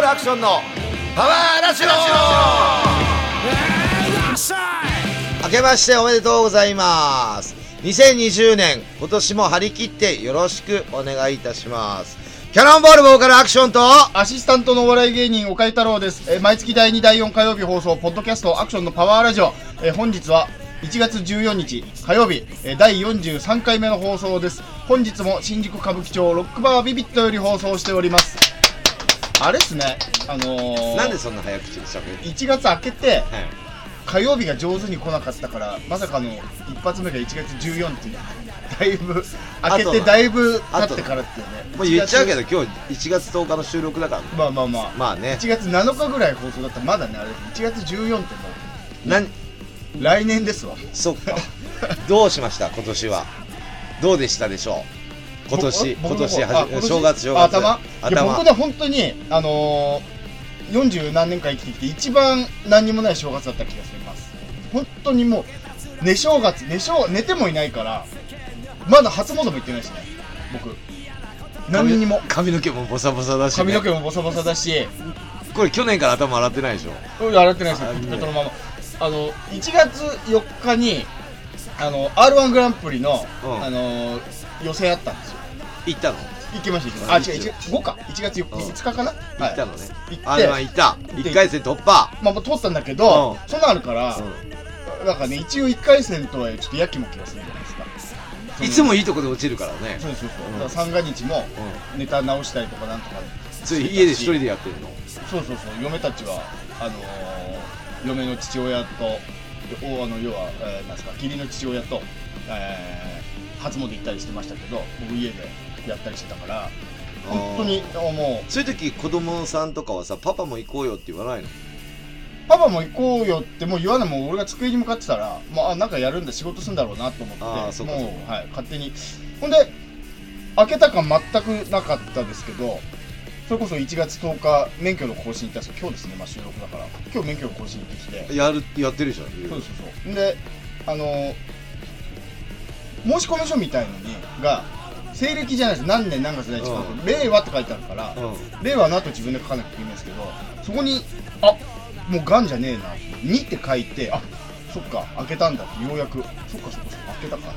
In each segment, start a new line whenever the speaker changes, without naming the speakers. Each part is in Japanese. ルアクションのパワーラジオ明けましておめでとうございます2020年今年も張り切ってよろしくお願いいたしますキャノンボールボーカルアクションと
アシスタントのお笑い芸人岡井太郎です、えー毎月第2第4火曜日放送ポッドキャストアクションのパワーラジオ、えー本日は1月14日火曜日、えー第43回目の放送です本日も新宿歌舞伎町ロックバービビットより放送しておりますあれっすねあのー、
なんでそんな早口でしたっけ
1月明けて
はい
火曜日が上手に来なかったからまさかの一発目が1月14っていうねだいぶ明けてだいぶ経ってからっていうね
もう言っちゃうけ
ど
ど今日1月10日の収録だから
まあまあまあ
まあね
1月7日ぐらい放送だったらまだねあれ1月14っても
なん
う来年ですわ
そっかどうしました今年はどうでしたでしょう今年
ぼ
今年
僕の方あ
は
今
じ正月正月
あ頭いや
頭
僕ね本当にあのー、40何年間生きてきて一番何にもない正月だった気がします本当にもう寝正月寝正寝てもいないからまだ初詣も行ってないしね僕何にも
髪の毛もボサボサだし、ね、
髪の毛もボサボサだし
これ去年から頭洗ってないでしょ
うん洗ってないですよ
あ、ね
ペットのまま。あの、1月4日に、あの、R1 グランプリの、
うん
あの、予選あったんですよ。
行ったの
行きました、行き
あ
ました。あ、違う、
いつ
1 5か。1月4日、
うん
5日かな
行ったの
はい
ね、
行って
あれ行った
行って
1回戦突破
まあ、もう通ったんだけど、
う
そんなのあるから、
うん
なんかね、一応1回戦とはいえ、ちょっとやきもきがするじゃないですか。その
いつもいいとこで落ちるからね
そうですそうです
うん
だから三が日も
う
ネタ直したりとかなんとか
それ家で一人でやってるの
そうそうそう嫁たちはあのー嫁の父親とおあの要は、えー、なんすか義理の父親と、えー初詣行ったりしてましたけど僕家でやったりしてたから本当に
あー
あも
そういう時子供さんとかはさパパも行こうよって言わないの
うパパも行こうよってもう言わないもう俺が机に向かってたら、まああ、なんかやるんだ仕事するんだろうなと思って
あーそうか
もう
そう、
はい、勝手にほんで開けた感全くなかったですけどそれこそ1月10日免許の更新行ったんですよ今日ですね、まあ、収録だから今日免許の更新行ってきて
やるやってるじゃん
そうそうそうであの申込書みたいのにが西暦じゃないです何年何月何日か、
う
令和って書いてあるから、
うん
令和の後自分で書かなきゃいけないんですけどそこにあもうがんじゃねえな2って書いてあそっか開けたんだってようやくそっかそっかそっか開けたか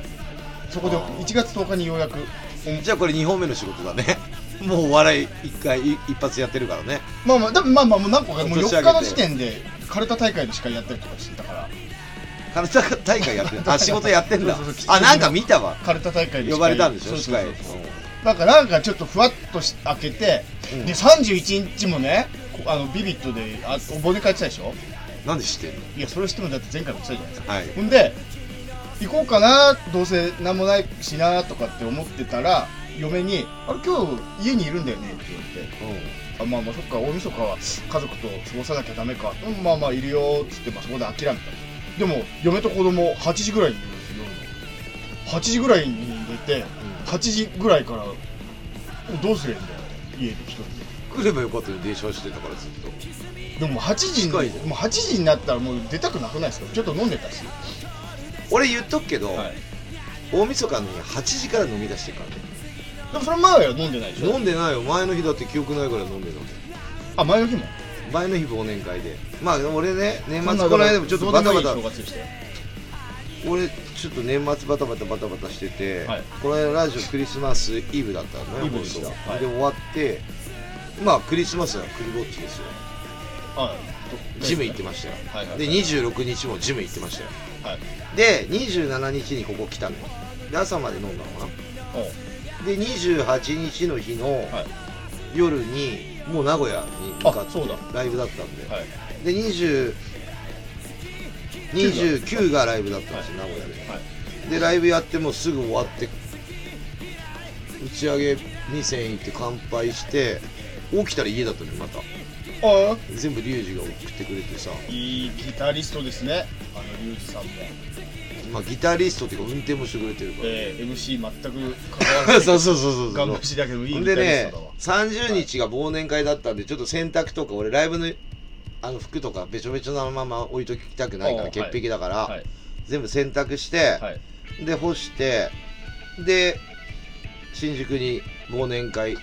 そこで
あー
1月10日にようやく
じゃあこれ2本目の仕事だね もうお笑い1回い一発やってるからね
まあまあでもまあまあもう何個かもう
年上げて
4日の時点でカルタ大会の司会やったりとかしてたから
金田大会やって るあ仕事やってんだ
そうそうそう
あなんか見たわ
カルタ大会の司会
呼ばれたんでし
そ
ょ
う
司
そうそう
会
そうなんかなんかちょっとふわっとし開けて、
うん
で31日もねこあのビビットであお盆で帰ってたでしょ
うんなんで知ってん
いやそれしてもだって前回も言ってたじゃないですか
のはい
ほんで行こうかなどうせ何もないしなとかって思ってたら嫁に「あれ今日家にいるんだよね」って言って「あまあまあそっか大晦日は家族と過ごさなきゃダメか」うん「まあまあいるよ」っつって、まあ、そこで諦めたでも嫁と子供8時ぐらいに寝るんですよ夜の8時ぐらいに寝て8時ぐらいからどうすりゃいいんだよ家で一人
うん来ればよかったのに電車してたからずっと
ででも8時に
近いじゃん
もう8時になったらもう出たくなくないですかちょっと飲んでたし、
俺言っとくけど、大晦日に8時から飲み出してるからね
でもその前は飲んでないでしょ
飲んでないよ前の日だって記憶ないぐらい飲んでるの
あ前の日も
前の日忘年会でまあ俺ね年末この間もちょっとバタバタ
どうでもいい正月でしたよ
俺ちょっと年末バタバタバタバタしてて、
はい
この間ラジオクリスマスイブだったのね
イブでした
本当
はい
で終わってまあクリスマスはクリぼっちですよ
はい
ジム行ってましたよ、
はいはい
で26日もジム行ってましたよ
はい
で27日にここ来たのよで朝まで飲んだのか
おう
なで28日の日の
はい
夜にもう名古屋に向か
あ
って
そうだ
ライブだったんで、
はい
で20 29がライブだったんですよ、名古屋で、
はい
でライブやってもうすぐ終わって打ち上げ2000行って乾杯して起きたら家だったのよまた
あ
全部リュウジが送ってくれてさ、
あいいギタリストですねあのリュウジさんも、
まあ、ギタリストっていうか運転もしてくれてるから、
えー、MC 全く関わらず
そうそうそうそう
ガン無視だけどいい
ほん
ギ
で
タリス
ね
トだわ、
30日が忘年会だったんでちょっと洗濯とか俺ライブのあの服とかべちょべちょなまま置いときたくないから
おうはい
潔癖だから、
はい
全部洗濯して、
はい
で干してで新宿に忘年会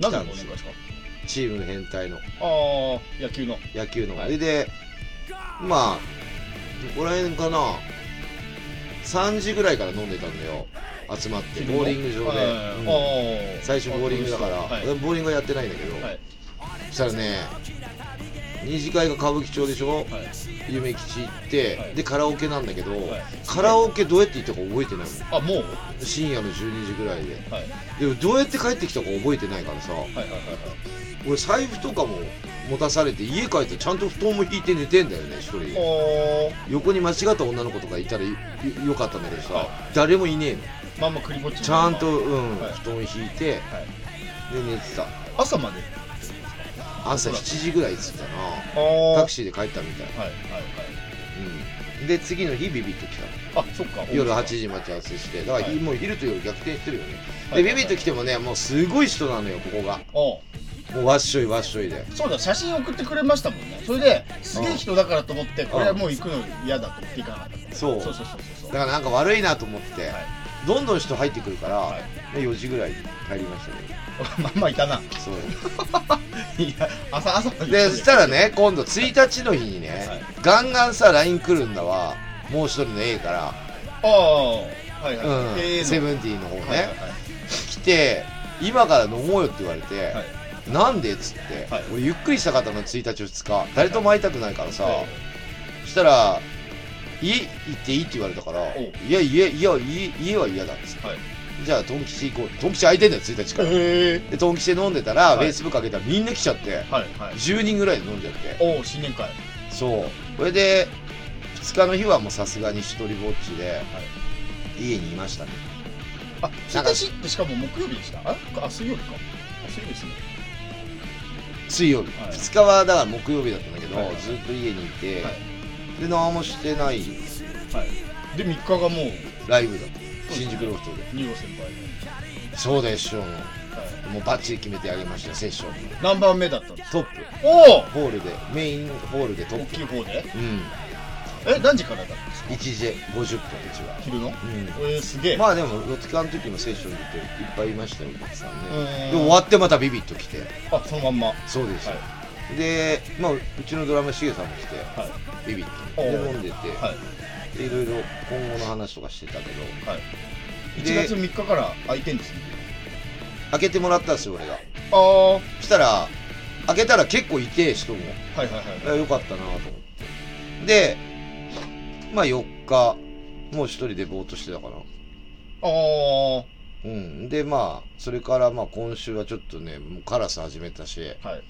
何で忘年会ですか
チーム変態の
ああ野球の
野球のあれでまあどこら辺かな3時ぐらいから飲んでたんだよ集まってボーリング場
はいはいはい
で、
あー
最初ボーリングだから、
はい
俺ボーリングはやってないんだけど、
はい
そしたらね二次会が歌舞伎町でしょ、
はい
夢吉行って、
はい
でカラオケなんだけど、
はい
カラオケどうやって行ったか覚えてないの
あもう
深夜の12時ぐらいで
はい
でもどうやって帰ってきたか覚えてないからさ
はいはいはい
俺財布とかも持たされて家帰ってちゃんと布団も引いて寝てんだよね一人で
はい
横に間違った女の子とかいたらよよかったんだけどさ、
はい
誰もいねえの
あーまんまクリぼっちの
ちゃんと、うん
はい
布団引いて
はい
で寝てた
朝まで
朝7時ぐらいっつった
あ
な
あ
タク
シ
シーで帰ったみたい、
はいはい
うん、で次の日ビビッと来た
はいあそっか
夜8時待ち合わせしてだから、
はい
もう昼と夜逆転してるよね、
はい
でビビッと来てもねもうすごい人なのよここが
お
もうわっしょいわっしょいで
そうだ写真送ってくれましたもんねそれですげえ人だからと思って
ん
これはもう行くの嫌だと思って行かなかった
そう
そうそうそう
だ
そうそう
からなんか悪いなと思って、
はい
どんどん人入ってくるから、
はい
で4時ぐらいに帰りましたね
まんまいたな
そう
いや朝朝ま
でそしたらね今度1日の日にね、
はい
ガンガンさ LINE 来るんだわもう一人の A か
ああはい
ら、
はい、ええ
うん、セブンティーンの方ね、
はいはいはい
来て今から飲もうよって言われて、
はい
なんでっつって、
はい
俺ゆっくりしたかったの1日2日誰とも会いたくないからさ、
はい
そしたら家行っていいって言われたから
おう
いやいやいや家家は嫌だっつって、
はい
じゃあトン吉行こうってトン吉空いてんだよ1日から、
え
でトン吉で飲んでたら、
はい
フェイスブック開けたらみんな来ちゃって
えはいはい
10人ぐらいで飲んじゃって
おお新年会
そうそれで2日の日はもうさすがに一人ぼっちで、家にいましたね
あ1日ってしかも木曜日でしたああ水曜日かあ水曜日ですね
水曜日、
はい
2日はだから木曜日だったんだけど、
はいはい
ずっと家にいて、
は
で何もしてない
はいで3日がもう
ライブだった新宿ロフトで
二郎先輩
そうでしょう
の、はい、
もうバッチリ決めてあげましたセッション
何番目だったんですか
トップ
おお
ホールでメインホールでトッ
大
プ
きい方で
うん
え何時からだったんですか
1時50分うちは
昼の
う
えー、すげえ、
んまあでも4日の時もセッションに行っていっぱいいましたよお客さん
う
ね
ん
で終わってまたビビッと来て
あそのまんまは
そうですよ、で、まあ、うちのドラマしげさんも来て
はい
ビビッと
お
で
う
飲んでて、
はい
でいろいろ今後の話とかしてたけど
はい1
で
月3日から開いてんですね
開けてもらったんですよ俺が
ああは
そしたら開けたら結構痛え人も
いはいはい
いやよかったなと思ってでまあ4日もう一人でぼーっとしてたかな
ああ
うんでまあそれからまあ今週はちょっとねもうカラス始めたし
はい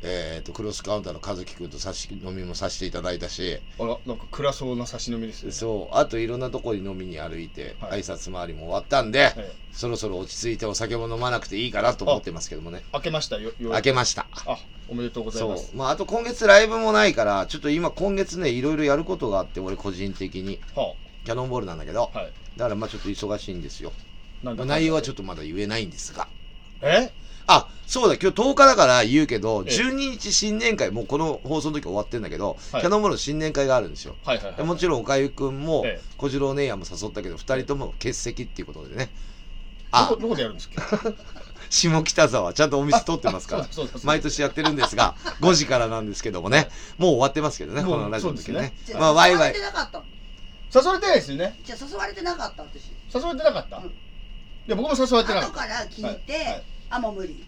えー、とクロスカウンターの和樹君と差し飲みもさせていただいたし
あらなんか暗そうな差し飲みですね
そうあといろんなとこに飲みに歩いて、
はい
挨拶回りも終わったんで、
はい
そろそろ落ち着いてお酒も飲まなくていいかなと思ってますけどもね
開けましたよよ
開けました
あおめでとうござい
そ
ます
うまああと今月ライブもないからちょっと今今月ねいろいろやることがあって俺個人的に
は
キャノンボールなんだけど、
あはい
だからまあちょっと忙しいんですよ。
なん
ま
だ
あ内容はちょっとまだ言えないんですが。
え
あ、そうだ、今日10日だから言うけど、
ええ
12日新年会、もうこの放送の時終わってんだけど、
はい
キャノンボールの新年会があるんですよ。
はいはいはい
でもちろん、おかゆくんも
ええ、
小次郎姉やんも誘ったけど、2人とも欠席っていうことでね。
ど
あ
こ、どこでやるんですか
下北沢、ちゃんとお店取ってますから
あ そうだそうだそう、だ
毎年やってるんです が、5時からなんですけどもね、もう終わってますけどね、
も
こ
う
のラジオの時
そう
ね
で。
じゃ
まあ、ワイワイ
誘われて。なかった
誘われてないですよね
じゃあ誘われてなかった私
誘われてなかった、
うん
いや僕も誘われてなか
後
った
から聞いて、
はいはい
あもう無理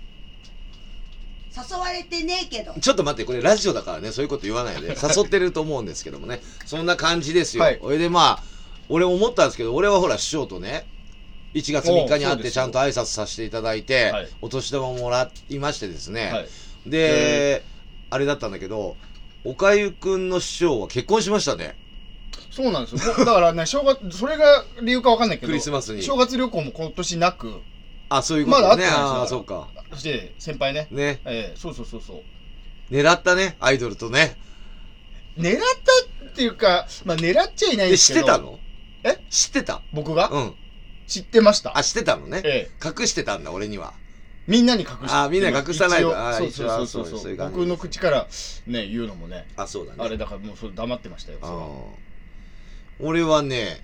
誘われてねえけど
ちょっと待って、これラジオだからね、そういうこと言わ ないで、誘ってると思うんですけどもね、そんな感じですよ。
はい
それでまあ、俺思ったんですけど、俺はほら、師匠とね、1月3日に
おうそ
会
う
っ
です
て
よ
ちゃんと挨拶させていただいて、
はい
お年玉もらいましてですね、
はい
で、あれだったんだけど、おかゆくんの師匠は結婚しましたね。
そうなんですよ僕だからね正月それが理由かわかんないけど
クリスマスに
正月旅行も今年なく
あ、そういうことね。
まだ会ってないですよ
ああー、そうか。
そして先輩ね
ね、
ええそうそうそうそう
狙ったね、アイドルとね。
狙ったっていうかまあ狙っちゃいないん
で、
で
知
す
っ
けど
てたの
え
知ってた
僕が、
うん。
知ってました
あ、知ってたのね。
ええ
隠してたんだ、俺には。
みんなに隠して
あみんな隠さないと
一応
あ
そう
一
そ
応
うそう
そうそ
そ
うう
そ
そういうう感じ
僕の口からね言うのもね
あ、そうだね。
あれだからもうそれ黙ってましたよそれは
うん俺はね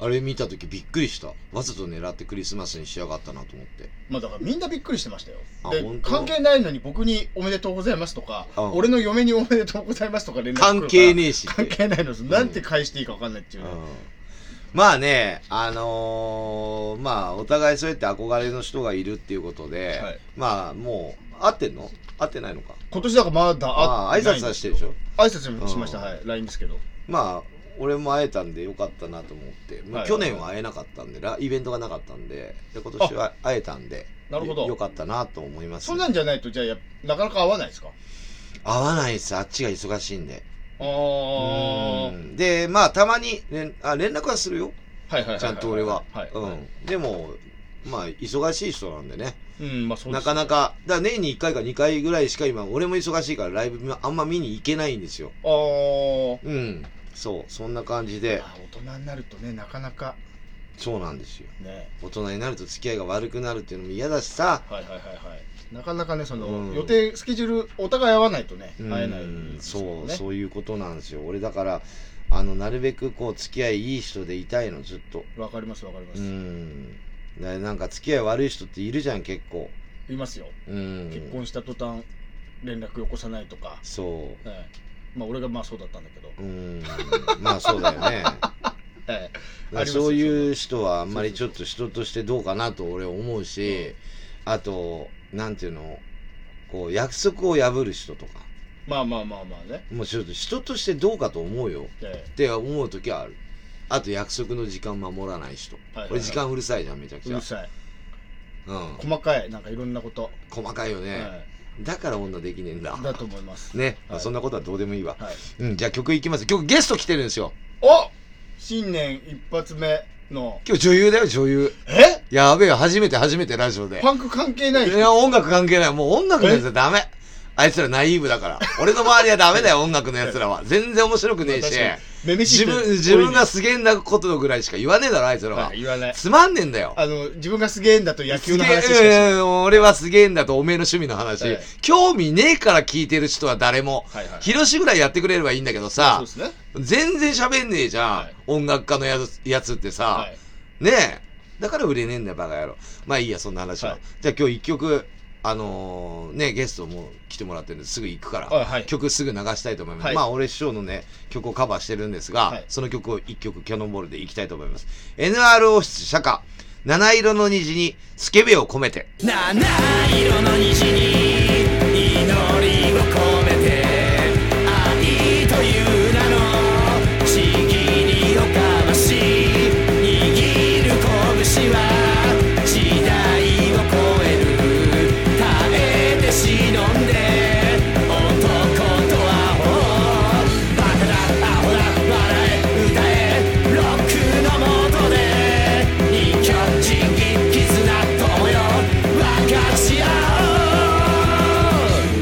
あれ見た時びっくりしたわざと狙ってクリスマスにしやがったなと思って
まあだからみんなびっくりしてましたよ
あ
で
本当
関係ないのに僕に「おめでとうございます」とか、
うん
俺の嫁に「おめでとうございます」とか連絡来るから
関係ねえしって
関係ないのですなんて返していいか分かんないっていう
う
ね、
んまあねあのーまあお互いそうやって憧れの人がいるっていうことで、
はい
まあもう会ってんの会ってないのか
今年だからまだ
ああ
会
挨
ってない
拶はしてるでしょ
挨拶もしました、
うん
はい LINE ですけど
まあ俺も会えたんでよかったなと思って、まあ
はい
去年は会えなかったんでライベントがなかったんでで今年は会えたんで
なるほど
よよかったなと思います
そんなんじゃないとじゃあやなかなか会わないですか
会わないですあっちが忙しいんで
ああ
う、んでまあたまに連あ連絡はするよ
はいはいはいはい
ちゃんと俺は
はい、
う
はい
んでもまあ忙しい人なんでね
うんまあそうで
な
す
かなかだから年に1回か2回ぐらいしか今俺も忙しいからライブあんま見に行けないんですよ
あー
うんそうそんな感じで
あー大人になるとねなかなか
そうなんですよ
ね
大人になると付き合いが悪くなるっていうのも嫌だしさ
はいはいはいはいなかなかねその、
うん
予定スケジュールお互い合わないとね
うん
会えない、
そう
ね
そういうことなんですよ俺だからあのなるべくこう付き合いいい人でいたいのずっと
わかりますわかります、
うんだなんか付き合い悪い人っているじゃん結構
いますよ
うん
結婚した途端連絡よこさないとか、
そ
ええまあ俺がまあそうだったんだけど、
ううん まあそうだよ ね
え
だからそういう人はあんまりちょっと人としてどうかなと俺思うしあとなんていうのこう約束を破る人とか
えまあまあまあまあね、
もうちょっと人としてどうかと思うよ
え
って思う時はあるあと約束の時間守らない人、
はいはいはい
俺時間うるさいじゃんめちゃく
えう
ちゃ
る、さい
うん、
細かいなんかいろんなこと、
細かいよね、
え
だから女できねえんだ
えだと思います、
ね、まあ
はい
そんなことはどうでもいいわ、
はい、
うん、じゃあ曲いきます今日ゲスト来てるんですよ
お新年一発目の
今日女優だよ女優
え
やべえよ初めて初めてラジオで
パンク関係ない
いや音楽関係ないもう音楽のやつはダメあいつらナイーブだから俺の周りはダメだよ音楽のやつらは全然面白くねえし
確かにめめ
自
しい人
分自分が
多
すげえんだことぐらいしか言わねえだろあいつら
いね
は、
はい言わない
つまんねえんだよ
あの自分がすげえんだと野球の話しかし
すげえ
ない、
うん俺はすげえんだとおめえの趣味の話、
はい
興味ねえから聞いてる人は誰も、
はいはい
広しぐらいやってくれればいいんだけど
そう
さ
ですね
全然喋んねえじゃん、
はい
音楽家のやつやつってさ、
はい
ねえだから売れねえんだよバカ野郎まあいいやそんな話は、
はい
じゃあ今日一曲あのーねゲストもう来てもらってるんですぐ行くから、
あはい
曲すぐ流したいと思います、
はい
まあ俺師匠のね曲をカバーしてるんですが、
はい
その曲を一曲キャノンボールでいきたいと思います NRO 室釈迦七色の虹にスケベを込めて
七色の虹に祈りを込めて愛という名のちぎりをかわし握る拳は時代を超える耐えて忍んで男とアホバカだアホだ笑え歌えロックのもとで一挙人気絆友よ分かち合おう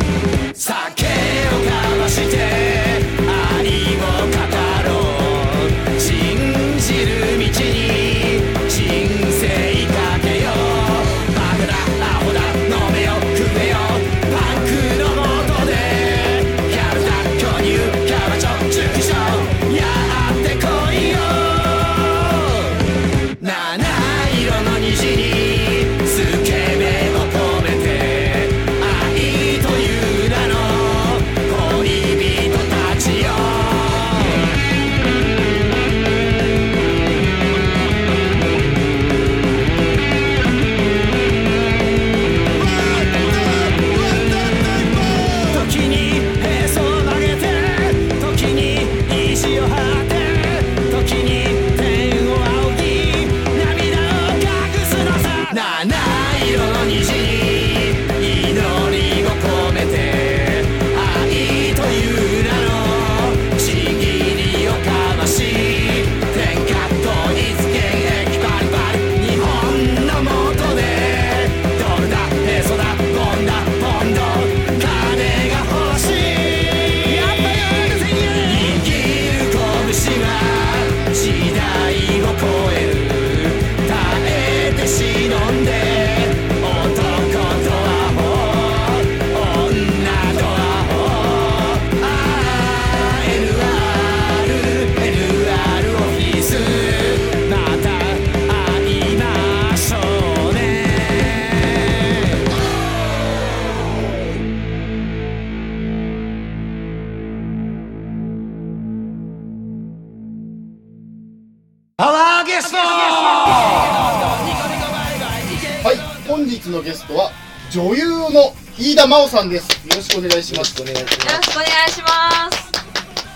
日のゲストは女優の飯田真央さんですよろしくお願いします
お願いし
よろしくお願いします。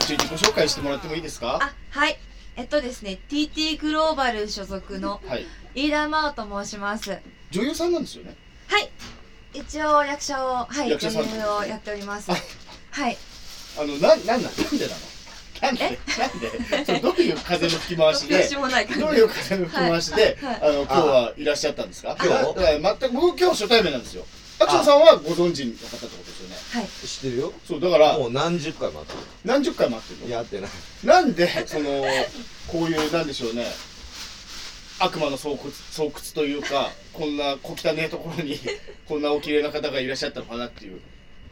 ちょい自己紹介してもらってもいいですか
あ、はい。えっとですね、TT グローバル所属の
はい
飯田真央と申します。は
女優さんなんですよね
い。一応役者を、はい、
役
女
者さん
優をやっております。
あ
はい。
あのななんなんなんでなのなんでなんでそれどういう風の吹き回しで
しもない
どう
感じ。
いう風の吹き回しで、
はい
あの今日はいらっしゃったんですか
今日
はいはい全く僕今日初対面なんですよアクションさんはご存知の方ってことですよね
ます。知ってるよ。
そうだから
もう何十回もあった。
何十回も会ってるの
やってない。
なんで、その、こういう、なんでしょうね、悪魔の巣窟巣窟というか、こんな小汚いところに、 こんなお綺麗な方がいらっしゃったのかなっていう。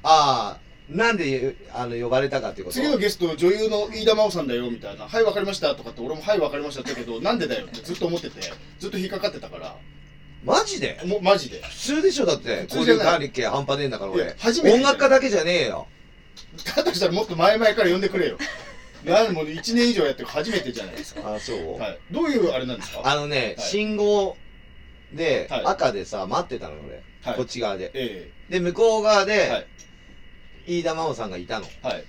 ああ、なんで、あの、呼ばれたかっていうこと。
次のゲスト、女優の飯田真央さんだよ、みたいな、はい、わかりましたとかって、俺もはい、わかりましたって言うけど、なんでだよってずっと思ってて、ずっと引っかかってたから、
マジで
もうマジで。
普通でしょだって
普。通
交
じゃ
流
ない
管理系半端ねえんだから
いや
俺。
初めて
音楽家だけじゃねえよ。
だとしたらもっと前々から呼んでくれよ。なんもう1年以上やってる初めてじゃないですか。
あ、そう、
はい。どういうあれなんですか
あのね、
はい
信号で、
はい
赤でさ、待ってたの俺、
はい
こっち側で。
え
で、向こう側で、
はい
飯田真央さんがいたの。
えはい。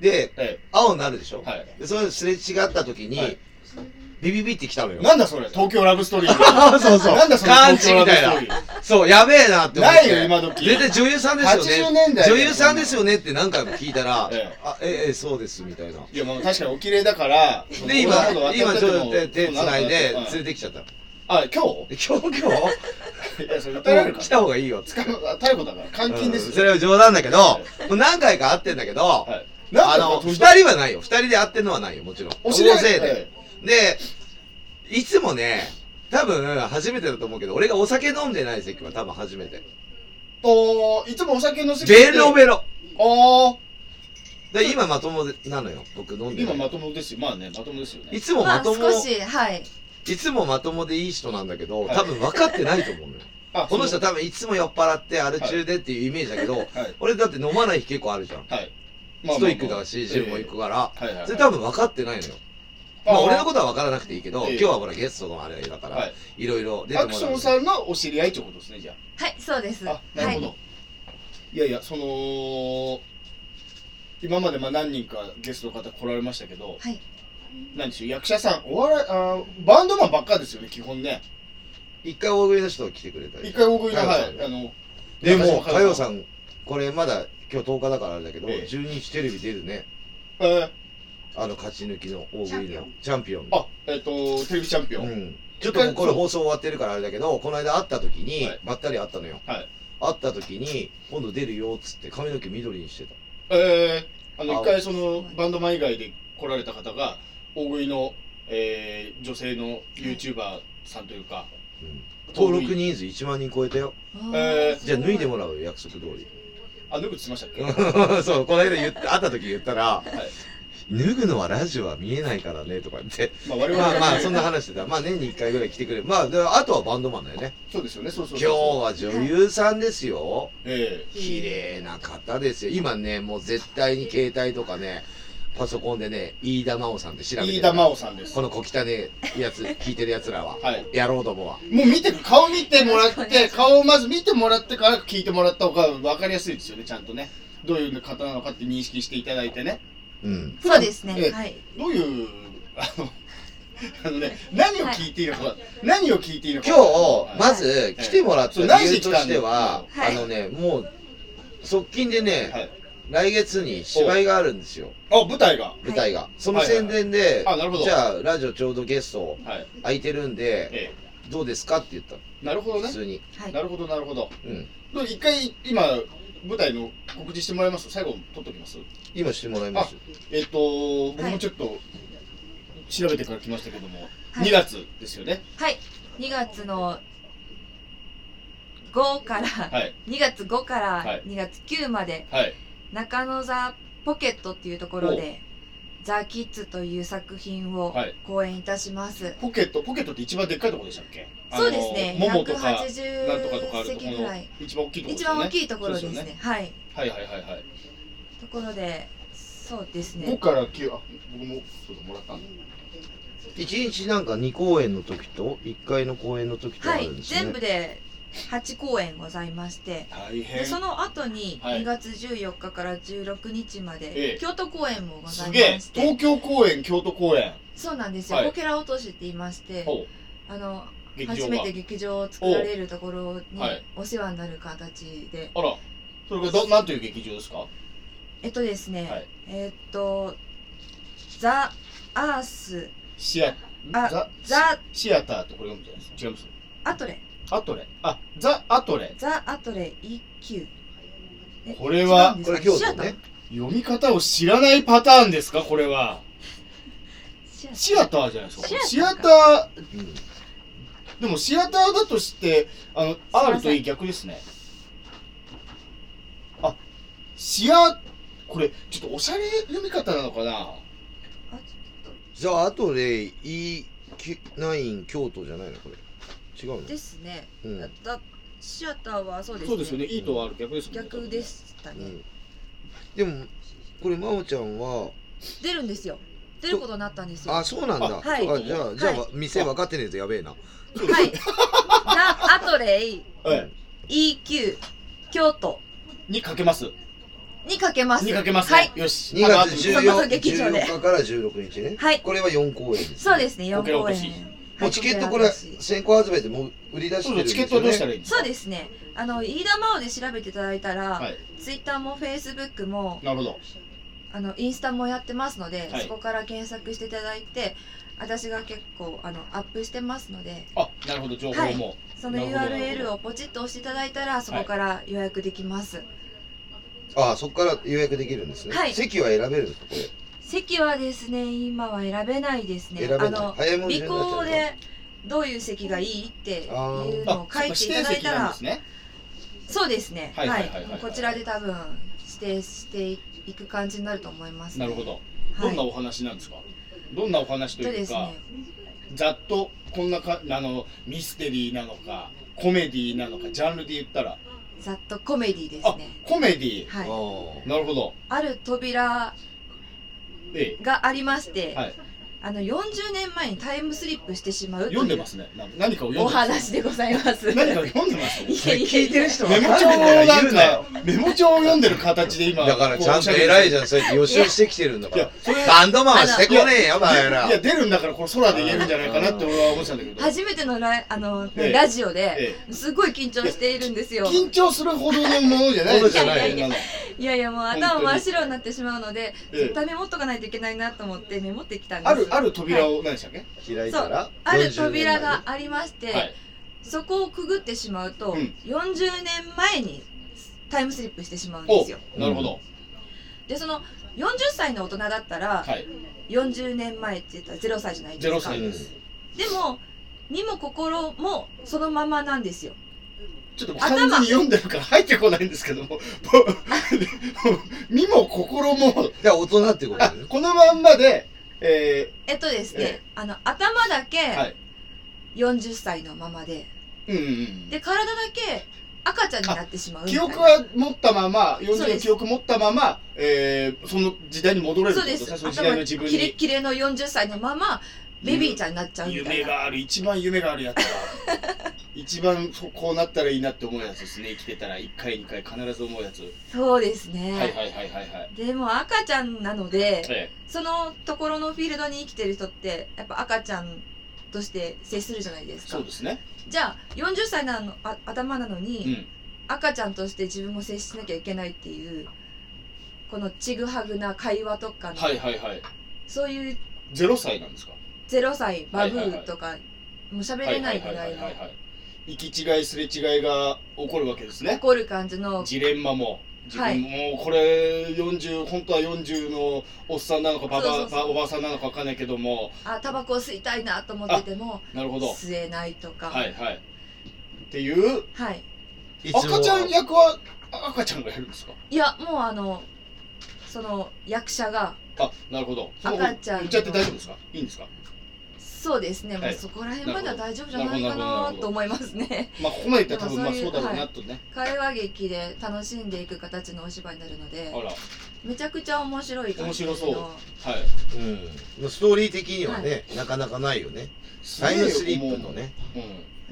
で、
え
青になるでしょ、
はい
で、それですれ違った時に、
はい
ビビビってきたのよ
え。。なんだそれ東京ラブストーリー。
そうそう
なんだその
カンチみたいな
東京ラブストーリー。
そう、やべえなって思って。
ないよ今時
絶対女優さんですよね。
80年代
女優さんですよねって何回も聞いたら、
ええ
あ、ええ、そうです、みたいな。
いや、まあ確かにお綺麗だから、
で、今
そんなこ、と
今、ちょっ
渡
と
って
手
て
手
も
繋いで
うん
連れてきちゃった。
あ、今
で今日、今日
日いや、それ訴えられ
も
る
う
か
来た方がいいよっつって。
ら。捕ま逮捕だから、監禁で
う
す
んそ
よ。
れは冗談だけど、もう何回か会ってんだけど、
はい。
あの、二人はないよ。二人で会ってんのはないよ、もちろん。
お知り合い
大勢で。で、いつもね、多分、初めてだと思うけど、俺がお酒飲んでない席は多分初めて。
おいつもお酒の席
ベロベロ。
おー
で、今まともなのよ。僕飲んでな
今
い。
まともですよ。まあね、まともですよね
い。つも
ま
ま
あ
とも、
少し、はい。
いつもまともでいい人なんだけど、
はい
多分分かってないと思うのよ。
あ
この人
そ
多分いつも酔っ払って、アル中でっていうイメージだけど、
はい
俺だって飲まない日結構あるじゃん。
はい。
ストイックだし、ジムも行くから、
はいはいはい
それ多分分かってないのよ。まあ、俺のことは分からなくていいけど、
ええ
今日はほらゲストのあれだから、
はい
い、ろいろ出てもらう。
アクションさんのお知り合いってことですね、じゃあ。
はい、そうです。
あ、なるほど。
はい。
い、やいや、その、今までまあ何人かゲストの方来られましたけど、
はい
何でしょう、役者さん、お笑い、あーバンドマンばっかですよね、基本ね。
一回大食いの人が来てくれたり。
一回大食い
佳
の、
代
は
さん
い、
ね
あの、
でも、かよ
ん。
さん、これまだ今日10日だからあれだけど、
ええ
12日テレビ出るね。
えー
あの、勝ち抜きの大食いのチャンピオン。
あ、えっ、と、テレビチャンピオン。
うん。ちょっともうこれ放送終わってるからあれだけど、この間会った時に、
はい
ばったり会ったのよ。
はい。
会った時に、今度出るよっつって髪の毛緑にしてた。
えー、あの、
あ
一回その、バンドマン以外で来られた方が、大食いの、えー、女性の YouTuber さんというか、
うん登録人数1万人超えたよ。
えー
じゃあ脱いで
も。
もらうよ、約束通り。
あ、脱ぐって言ってましたっ け
そう、この間言った、会った時言ったら、
はい
脱ぐのはラジオは見えないからね、とか言って。
まあ、我々
まあまあ、そん
そ
な話してた。まあ年に1回ぐらい来てくれる。まあ、であとはバンドマンだよね。
うですよね、そうそ
今
う
日
そうそう。
は女優さんですよ。
ええ
綺麗な方ですよ。今ね、もう絶対に携帯とかね、パソコンでね、飯田真央さんで調べてる。
飯田真央さんです。
この小汚ねやつ、聞いてるやつらは、
はい
やろうどもは。
もう見て、顔見てもらって、顔をまず見てもらってから聞いてもらった方が分かりやすいですよね、ちゃんとね。どういう方なのかって認識していただいてね。
うん。
そうですね。
ええ
はい。
どういう、あの、 あのね、何を聞いていいのか、何を聞いていいのか。
今日、まず来てもらった理由としては、
はい
あのね、もう、側近で
いは
ね、
い。
来月に芝居があるんですよ、
あ、舞台が。
舞台が。その宣伝で
はいはいあなるほ、ど
じゃあ、ラジオちょうどゲスト
はい。
空いてるんで、
え
どうですかって言ったの
え。なるほどね
普。通に。
はい。
なるほど、なるほど。
うん。
どう一回、今、舞台の告知してもらいます最後、撮っときます
今してもらいます。
えっと、僕もちょっと、調べてから来ましたけども、2月ですよね。
はい。2月の5から、
はい。
2月5か
は
ら
い
2月9まで、
はい。
中野座ポケットっていうところで、ザ・キッズという作品を
はい
公演いたします。
ポケット、ポケットって一番でっかいところでしたっけ
そうですね。
あの桃とか、なんとかとかあ
180
るとこ
席
ろ
ぐ
の
らい。
一番大きいところですよね。
一番大きいところです
そうよ
ね。はい。
はいはいはいはい。
ところで、そうです
5
ね。
から9、あ、僕も、そうだ、もらったんだ
一日なんか2公演の時と、1回の公演の時とあ
はい
るん。ですね。
全部で8公演ございまして
大
で
変
その後に
はい
2月14日から16日ま
え
で
え
京都公演もござ
す
いま
げえ
して、
東京公演京都公演
そうなんですよ、
はい
こけら落としって言いまして
ほ
あの
う劇場
初
版
めて劇場を作られるところに
おはい
お世話になる形で、
あらそれがどなんという劇場ですか
えっとですね、
はい
えっとザ・アース
シアん
あ
ザ
ザ・
シアターってこれ読むじゃないですか違います
アトレ
アトレあザ・アトレ
ザ・アトレ EQ え
これは
違うんです
こ
か
れ京
シア
都
ター
ね。
読み方を知らないパターンですかこれは
シアター
シアターじゃないですかシ
シ
ア
ア
タ
ター
ー
か
うん
でもシアターだとしてあの
ません
R と E 逆ですねあシアこれちょっとおしゃれ読み方なのかな
あ
じゃあ、あとで E9 京都じゃないのこれ。違うの
ですね、
うん
だだシアターはそうですね
そうですよね E と R 逆ですもんね
逆でしたね、
うん。でも、これ、真央ちゃんは、
出るんですよ出ることになったんですよ
あ、そうなんだ。
はい
あじゃあ、じゃあ
はい、
店分かってねえとやべえな。
はいザ・アトレイ
はい
EQ 京都
にかけます
にかけます
にかけます
はい
ねよし
2月
14
14,
劇場で
14日から16日ね。
はい
これは4公演です。
そうですね4
こけら
公
落と
演
し
もうチケットこれ、先行集めてもう売り出して
そ
るん
うそう
で
チ
す
ケ
よ、ね。
ットはどうしたらいいんです
そ
か
うですねあの飯田真央で調べていただいたら、
はい
ツイッターもフェイスブックも
なるほど
あのインスタもやってますので、
はい
そこから検索していただいて私が結構あのアップしてますので
あなるほど情報も
その
なるほどなるほ
URL
ど
をポチッと押していただいたらそこから予約できます、
ああ、そこから予約できるんですね。
はい
席は選べるんですか、こ
席はですね今は選べないです
れ。
ね
選べ
あ
ない
の。
早いもん
備
順になっちゃう
考
の
でどういう席がいいっていうの
あ
を書いていただいた
なん
ら
ですね
そうですね
は
はいい
はいはいはい
もうこちらで多分指定していく感じになると思います
な
ね、
るほど
は
どん
い
なお話なんですかどんなお話と
そう
い
で
う
す
か
ね
ざっとこんなかあのミステリーなのかコメディーなのかジャンルで言ったら
ざっとコメディです
あ
ね
コメディー
はい
なるほど
ある扉
え
がありまして、
えはい
あの40年前にタイムスリップしてしまうという
読んでますねな何かを読
お
んでます
話でございます
何かを読んで ます
い
あ
や
ー
いや
聞いてる人
メ
分
モ
かん
帳
ねえから
をな
言うんなよ
かメモ帳を読んでる形で今
だからちゃんと偉いじゃん、そうやって予習してきてるんだか
い
ら
や。それ
バンドマンはしてこねえよ、お前ら
いや。出るんだからこれ空で言えるんじゃないかなって俺は思ってたんだけど
初めてのライあの、
ええ
ラジオで
え、
すごい緊張しているんですよ。
緊張するほどのものじゃない
ものじゃない
そんなの
いやいや、もう頭真っ白になってしまうので、
ええ
絶対メモっとかないといけないなと思ってメモってきたんです
あるある扉を何でしたっけ
開いたら、
ある
40年
扉
前
が。ありまして、
はい
そこをくぐってしまうと、
うん
40年前にタイムスリップしてしまうんで
お
すよ。
なるほど
で、その40歳の大人だったら、
はい
40年前って言ったら0歳じゃないで
0
すか。
歳
で
です
も、にも心もそのままなんですよ。
ちょっともう完全に読んでるから入ってこないんです けども、身も心も、
じゃあ大人ってことだ
あ
よね。
このまんまで、え
えっとです
え
ね、あの、頭だけ、
ー、はい。
40歳のままで
うんうんう。
で体だけ赤ちゃんになってしまうんみ
記
たいな
憶は持ったまま、
そう
40の
です
記憶持ったまま、えー、その時代に戻れるってことです
そうです
ね、その時代の
頭
自分
キレッ
に。
キレの40歳のままベビーちゃんになっちゃうみたい
夢
な
がある、一番夢があるやつだ。一番そこうなったらいいなって思うやつですね、生きてたら、1回、2回必ず思うやつ。
そうですね、
はいはいはいはいはい。
でも赤ちゃんなので
え
そのところのフィールドに生きてる人ってやっぱ赤ちゃんとして接するじゃないで
え
すか
そうですね。
じゃあ40歳なのあ頭なの
う
に、
ん。
赤ちゃんとして自分も接しなきゃいけないっていうこのちぐはぐな会話とかの、
はいはいはい。
そういう
0歳なんですか
0歳バブーとかもう喋れないぐらいの
はははははい行き違いすれ違いが起こるわけですね
怒る感じの
ジレンマも自分、
はい
もうこれ40本当は40のおっさんなのかババ
そうそうそう
ばおばさんなのかわかんないけども
あタバコ吸いたいなと思ってても
なるほど
吸えないとか
は
はい、
いはいっていう
いつも
赤ちゃん役は赤ちゃんがやるんですか
い、やもうあのその役者が
あなるほどその
赤ちゃん
言っちゃって大丈夫ですかいいんですか
そうですね、も
は
う
い
そこら辺までは大丈夫じゃ
な
な
る
い
ほど
か
なるほどな
な
るほど
と思いますね
まあここまで言ったら多分
で
まあ
もそうい
そううだろうなとね、
会話劇で楽しんでいく形のお芝居になるので
あら
めちゃくちゃ面白い感じの
面白そうはい
うん。ストーリー的にはね、なかなかないよね。タイムスリップのね。
うん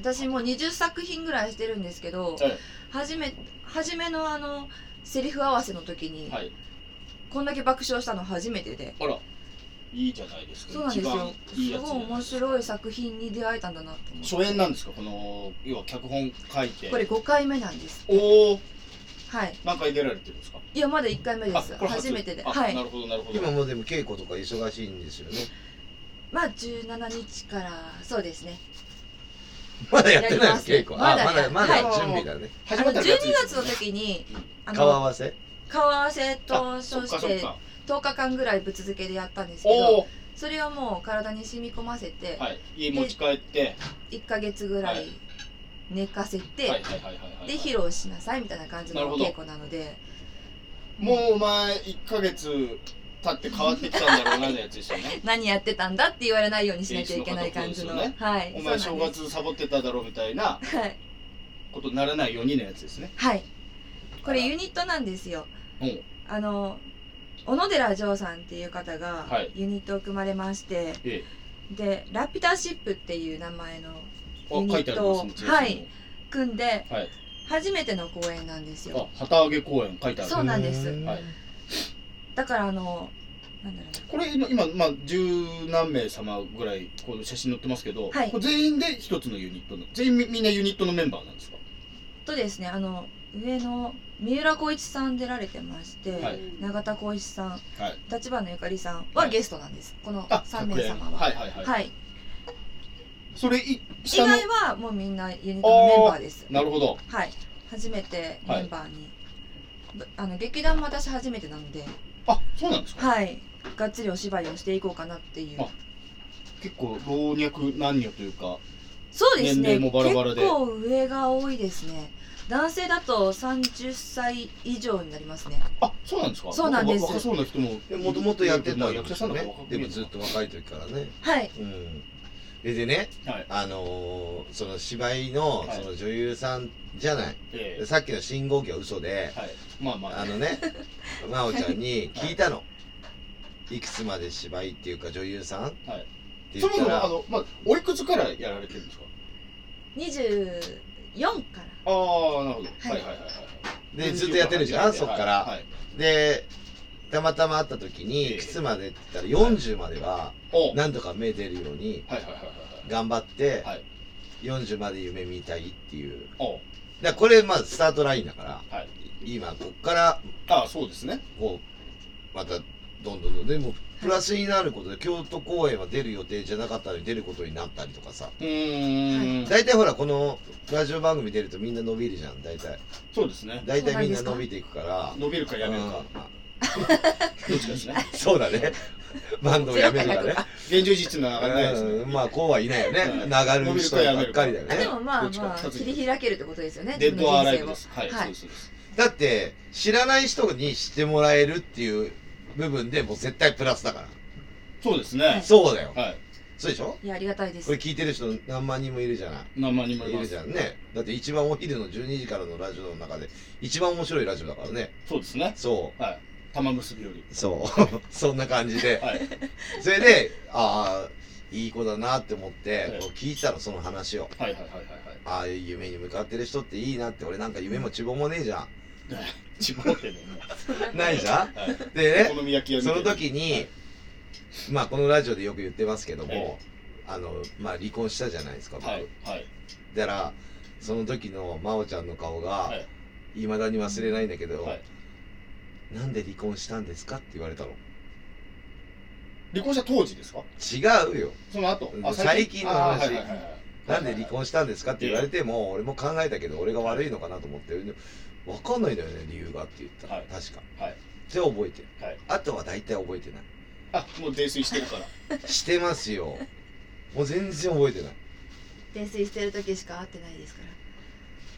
私もう20作品ぐらいしてるんですけど、
はい
初め初めのあのセリフ合わせの時に、
はい
こんだけ爆笑したの初めてで
あらいいじゃないですか
そうなんですよ
一番いいや
す
つ
ごい面白い作品に出会えたんだなと思って
初演なんですかこの要は脚本書いて
これ5回目なんです
おお
はい
何回出られてるんですか
いやまだ1回目です
あこれ
初めてで
あ
はい
なるほどなるほど
今もうでも稽古とか忙しいんですよね。
まあ17日からそうですね
まだやってないです、
や
稽
り
古。
ます
あ、ま
まだ
だ、
や
まだ
はい
準備がね。
あ
始ま
の
った
12
らガッツリ
月の時にあ
顔合
の
わせ
顔合わせと
あそ
称
っか
し
そってか
10日間ぐらいぶつづけでやったんですけ
お
ど
お
それをもう体に染み込ませて
はい家持ち帰って
1ヶ月ぐら
はい
い寝かせ
はいは
て
いはいはいはい
で披露しなさいみたいな感じ
なる
の
ほど
稽古なので
もうお前1ヶ月経って変わってきたんだろうなのやつですよね
何やってたんだって言われないようにしなきゃいけない感じの
演出の
はい
お前
そ
正
うなんです
月サボってただろうみたいな
はい
ことにならないようにのやつですね
はいこれユニットなんですよ
うん
あの小野寺嬢さんっていう方が
はい
ユニットを組まれまして、
え
でラピュタシップっていう名前の
えあ書いてありますね
ユニット
チラシに
組んで
もはい
初めての公演なんですよ
あ旗揚げ公演書いてある
そうなんです
ー
はい
だからあのなんだろ
これ今、まあ、十何名様ぐらいこの写真載ってますけど、
はい
これ全員で一つのユニットの全員みみんなユニットのメンバーなんですか
うとですねあの上の三浦浩一さん出られてまして、
はい
永田浩一さん
はい
立花ゆかりさんはゲストなんです、この3名様は、
はいはいはい、
はい、
それい
以
下の
外はもうみんなユニットのメンバーです
なるほど
はい初めてメンバーに、ぶあの劇団も私初めてなので
あそうなんですか、
はいがっつりお芝居をしていこうかなっていう
あ結構老若男女というか
そうですね
年齢もバラバラで
結構上が多いですね男性だと30歳以上になりますね
あそうなんですか
そうなんです
若若そうな人も
でもともとやってたん
役
で
者
す
さ
よ
んとか
ね
若。く
で
見え
も
る
ずっと若い時からね。
はい
うん。ででね、
はい
あのーその芝居の、
はい
その女優さんじゃない。
え
さっきの信号機は嘘で
え、はいまあまあ
あの ね、真央ちゃんに聞いたの。いくつまで芝居っていうか女優さんって
はい
言
そ
っ
も
た
そも
ら
あ、の、まあ、おいくつからやられてるんですか
24から
ああなるほど、
は
はいはい
い
はいはい
で、ずっとやってるじゃん、そっか
は
ら。
い
で、たまたま会った時に、
ええ
いくつまでって言ったら40までは、
お
なんとか目出るように
はいはいはいはい
頑張って
はい、
40まで夢見たいっていう。
は
だ
い。
からこれ、まあ、スタートラインだから、
おはい。
今、こっから、
ああ、そうですね。
こう、また、どんどんどん、でも、プラスになることで、京都公演は出る予定じゃなかったのに出ることになったりとかさ。
うーん。
大体ほら、この、ラジオ番組出るとみんな伸びるじゃん、大体。
そうですね。
大体みんな伸びていくから。
伸びるかやめるか。どっちかですね。
うんそうだね。 バンドをやめるかね。
現状実の流れないですね。
うんまあこうはいないよね
う
流
ん
れる人ばっかりだよ
あ
ね
でもま
ど
あ
っちか
ま
二
あ
つ
切り開けるってことですよね
デッドアライブで
を
す。はい、
は
そう
い
ですそうです。
だって知らない人に知ってもらえるっていう部分でもう絶対プラスだか
そうです
は
ら
ね。
そうだよ
はい。
そうでしょ
いやありがたいです
これ聞いてる人何万人もいるじゃな
何万人も
い
い
い
ま
る
す
じ。ゃんねだって一番お昼の12時からのラジオの中で一番面白いラジオだからね
そうですね。
そ
はい。玉結びより。
うそう そんな感じで
はい。
それでああいい子だなって思って
ええ
こう聞いたのその話を
はいはいはいはいはい。
ああいう夢に向かってる人っていいなって俺なんか夢も希望もねえじゃ
自分持ってね。
んないじゃん
はい。
でね
お好み焼き屋みた
そ
い
の
な
時に、まあこのラジオでよく言ってますけども、
え
あのまあ離婚したじゃないですか、僕
はい。はい。
だからその時の真央ちゃんの顔が
はい
まだに忘れないんだけど、
はい。
なんで離婚したんですかって言われたの
離婚した当時ですか
違うよ
その後。あ
最近の話
あーはいはいはいはい
なんで離婚したんですかって言われても、俺も考えたけど俺が悪いのかなと思って分かんないんだよね理由がって言った、
はい
確か
はい。
じゃあ覚えてる
はい。
あとは大体覚えてない
あ、もう泥酔してるから。
してますよもう全然覚えてない
泥酔してる時しか会ってないですから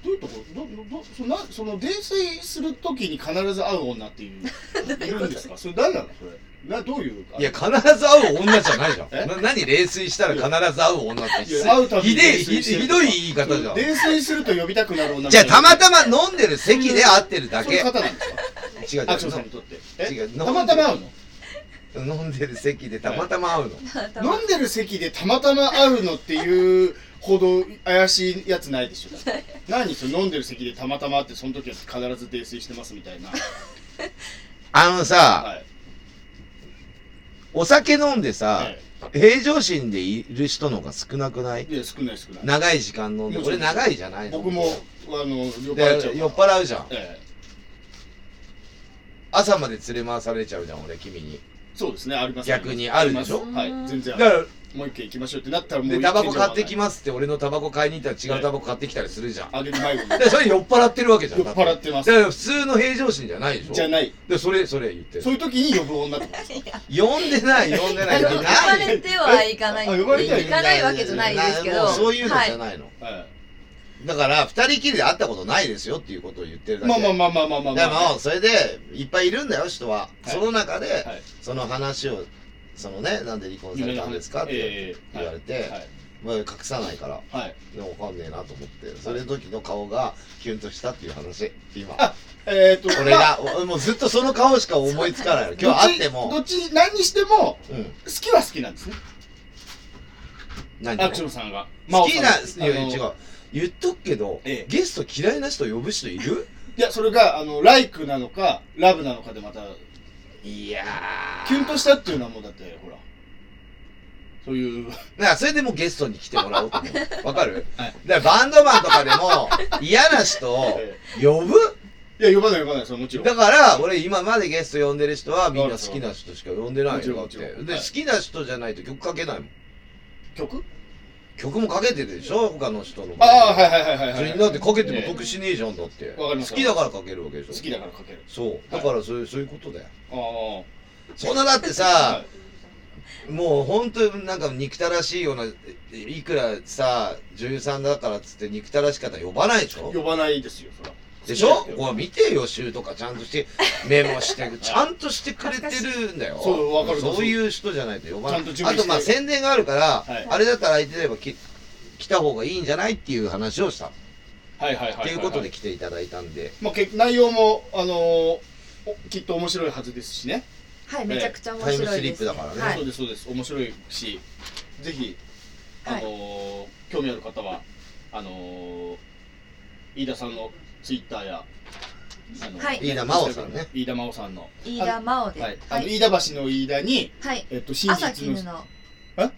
どういうところどどどそなその泥酔するときに必ず会う女っ ていういるんですかそれ誰なのそれなどういう
いや、必ず会う女じゃないじゃん。
え
な何、冷水したら必ず会う女って
いや会うたび
ひ
に
でえ、ひ
泥酔してる
ひどい言い方じゃん。
泥酔すると呼びたくなる女
じゃあ、たま
ま
たま飲んでる席で会ってるだ
そうい
け。
う方なんですか
違う違
アクションさん
う
にとって
違
え
う
たまたま会う
飲んでる席でたまたま会うの。
の飲んでる席でたまたま会うのっていうほど怪しいやつないでしょだって何それ飲んでる席でたまたま会ってその時は必ず泥酔してますみたいな
あのさ、
はい
お酒飲んでさ、
はい
平常心でいる人の方が少なくない
いや少ない少ない
長い時間飲んで。
もち
俺
ろん
長いじゃないの
僕もあの酔っ
で
払っちゃうから
酔っ払うじゃん。
ええ
朝まで連れ回されちゃうじゃん、俺、君に。
そうですねあります
逆にあるでしょ
りますはい全然
だ
あ
か
る
ら、
もう一軒行きましょうってなったらもう
で、
一軒
タバコ買ってき
ま
ますって、俺のタバコ買いに行ったら違うタバコ買ってきたりするじゃん。
あげる迷子に
で、それ酔っ払ってるわけじゃん。
酔っ払ってます
だから普通の平常心じゃないでしょ
じゃ
い。
ない
で、それ、それ言ってる
そういう時に呼ぶ女ってこと
呼んでない、呼んで ない。
呼
ない
ばれてはいかない。
あ呼ばれてはい
行かないわけじゃないですけ
も
ど。
うそういうのじゃ
は
ないの。
は
だから、二人きりで会ったことないですよっていうことを言ってる
い
だけ。
まあまあまあまあまあまあま
で
あ
も、それで、いっぱいいるんだよ、人は。
い
その中で
はい、
その話を、そのね、なんで離婚されたんですかって言われて、
はい
まあ隠さないから、
はい
でもわかんねえなと思って、それの時の顔がキュンとしたっていう話、今。
あえっと
俺
まあ
が、おもうずっとその顔しか思いつかないの。今日会って
どっ
も、
ちどっち何にしても
うん、
好きは好きなん ですね
何
アクションさんが
好きな、
真央さん
いや、違
あの
う。言っとくけど、
ええ
ゲスト嫌いな人呼ぶ人いる
いやそれがあのライクなのかラブなのかでまた
いやー。
キュンとしたっていうのはもうだってほらそういう
だからそれでもうゲストに来てもらおうと思 う。わかる、
はい
だからバンドマンとかで も嫌な人を呼ぶ
いや呼ばない呼ばないそれもちろん
だから俺今までゲスト呼んでる人はみんな好きな人しか呼んでないよだ
も
っ
ち
て。
ろんもちろん
で、
はい
好きな人じゃないと曲かけないもん。
曲
曲もかけてるでしょ他の人の。
ああはいはいはいはい
そ
はい
れにだってかけても得しねえじゃんだって。
わかります
好きだからかけるわけでしょ
好きだからかける
そう。だからそういう、そういうことだよ。
ああ
そんなだって
は
さ
い、
もう本当になんか憎たらしいような、いくらさ、女優さんだからっつって憎たらしかったら呼ばないでしょ
呼ばないですよそら
でしょ
好きだけど
こう見て予習とかちゃんとして、メモ して、ちゃんとしてくれてるんだよ。
そうわかる
そういう人じゃないと呼ばない。
ちゃんと準
あ
備
と
して
まあ宣伝があるから、
はい
あれだったら相手でばき来た方がいいんじゃないっていう話をした。
はいはいはい
っ
は
て
い
いうことで来ていただいたんで。
まあ、け内容も、あのーおきっと面白いはずですしね、
い、めちゃくちゃ面白いです。
タイムスリップだからね
は
そう
い。
ですそうです面白いしぜひ、あのー興味ある方はあのー飯田さんのツイッターや、あの
はい
飯田真央さんね
飯田真央さんの
飯田真央で。
は
はいい。
あの飯田橋の飯田に、
はい。
えっと、真
朝
実の
絹の。
え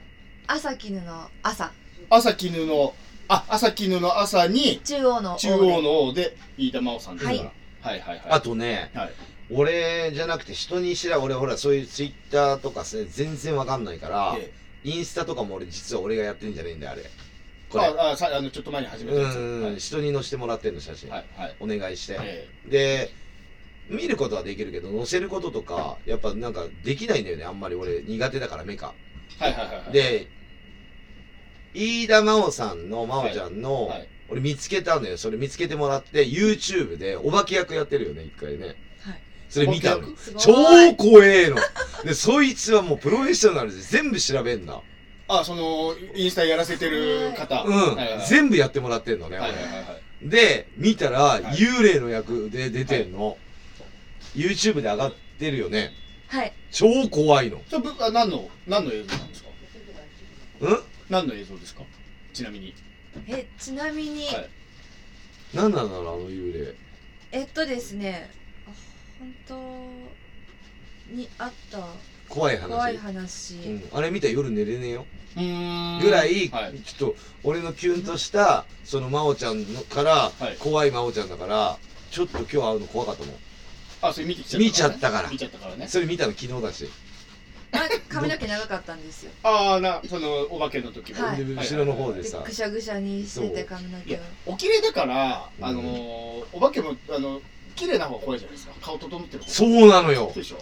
朝絹の朝。
朝絹のあ朝絹の朝に
中央の。
中央。の王で飯田真央さんですから、
は
はい、はいはい
あとね、
はい
俺じゃなくて人に知らん、俺ほらそういうツイッターとかさ全然わかんないから、
え
インスタとかも俺実は俺がやってんじゃねえんだよ、あれ。
え
これ。
ああさあのちょっと前に始めた
う
やつ
ん、
はい
人に載せてもらってんの写真、
はいはい
お願いして、
え
で見ることはできるけど載せることとかやっぱなんかできないんだよねあんまり俺苦手だから目が
えはいはいはいはい
で飯田真央さんの真央ちゃんの、
はいはい
俺見つけたのよそれ見つけてもらって YouTube でお化け役やってるよね一回ね
はい
それ見たの
お化
す
超
ごい。
怖えのでそいつはもうプロフェッショナルで全部調べんな
あ、その、インスタやらせてる方。
うん、
はいはいはい
全部やってもらってんのね、
はい
俺
はいはいはい。
で、見たら、
い
幽霊の役で出てんの、YouTube で上がってるよね。
はい。
超怖いの。ん
それぶあ、何の、何の映像なんですか何の映像ですかちなみに。
え、ちなみに、
はい
何なんだろう、あの幽霊。
えっとですね、本当にあった
怖い話。
怖い話。
うん、あれ見たら夜寝れねえよ。
うーん
ぐらい、
はい。
ちょっと、俺のキュンとした、その真央ちゃんのから、
はい
怖い真央ちゃんだから、ちょっと今日会うの怖かったもん。
あ、それ見てきちゃったから、
見ちゃったから
見。ちゃったからね。
それ見たの昨日だし。
まあ、髪の毛長かったんですよ。
ああ、な、その、お化けの時も。
はい
で後ろの方で
で
さ、
ぐしゃぐしゃにしてて
そう
髪の
い
毛
や
を。、
お綺麗だから、
うん
あのー、お化けも、あの、綺麗な方が怖いじゃないですか。顔整ってる方が。
そうなのよ
そう。でしょ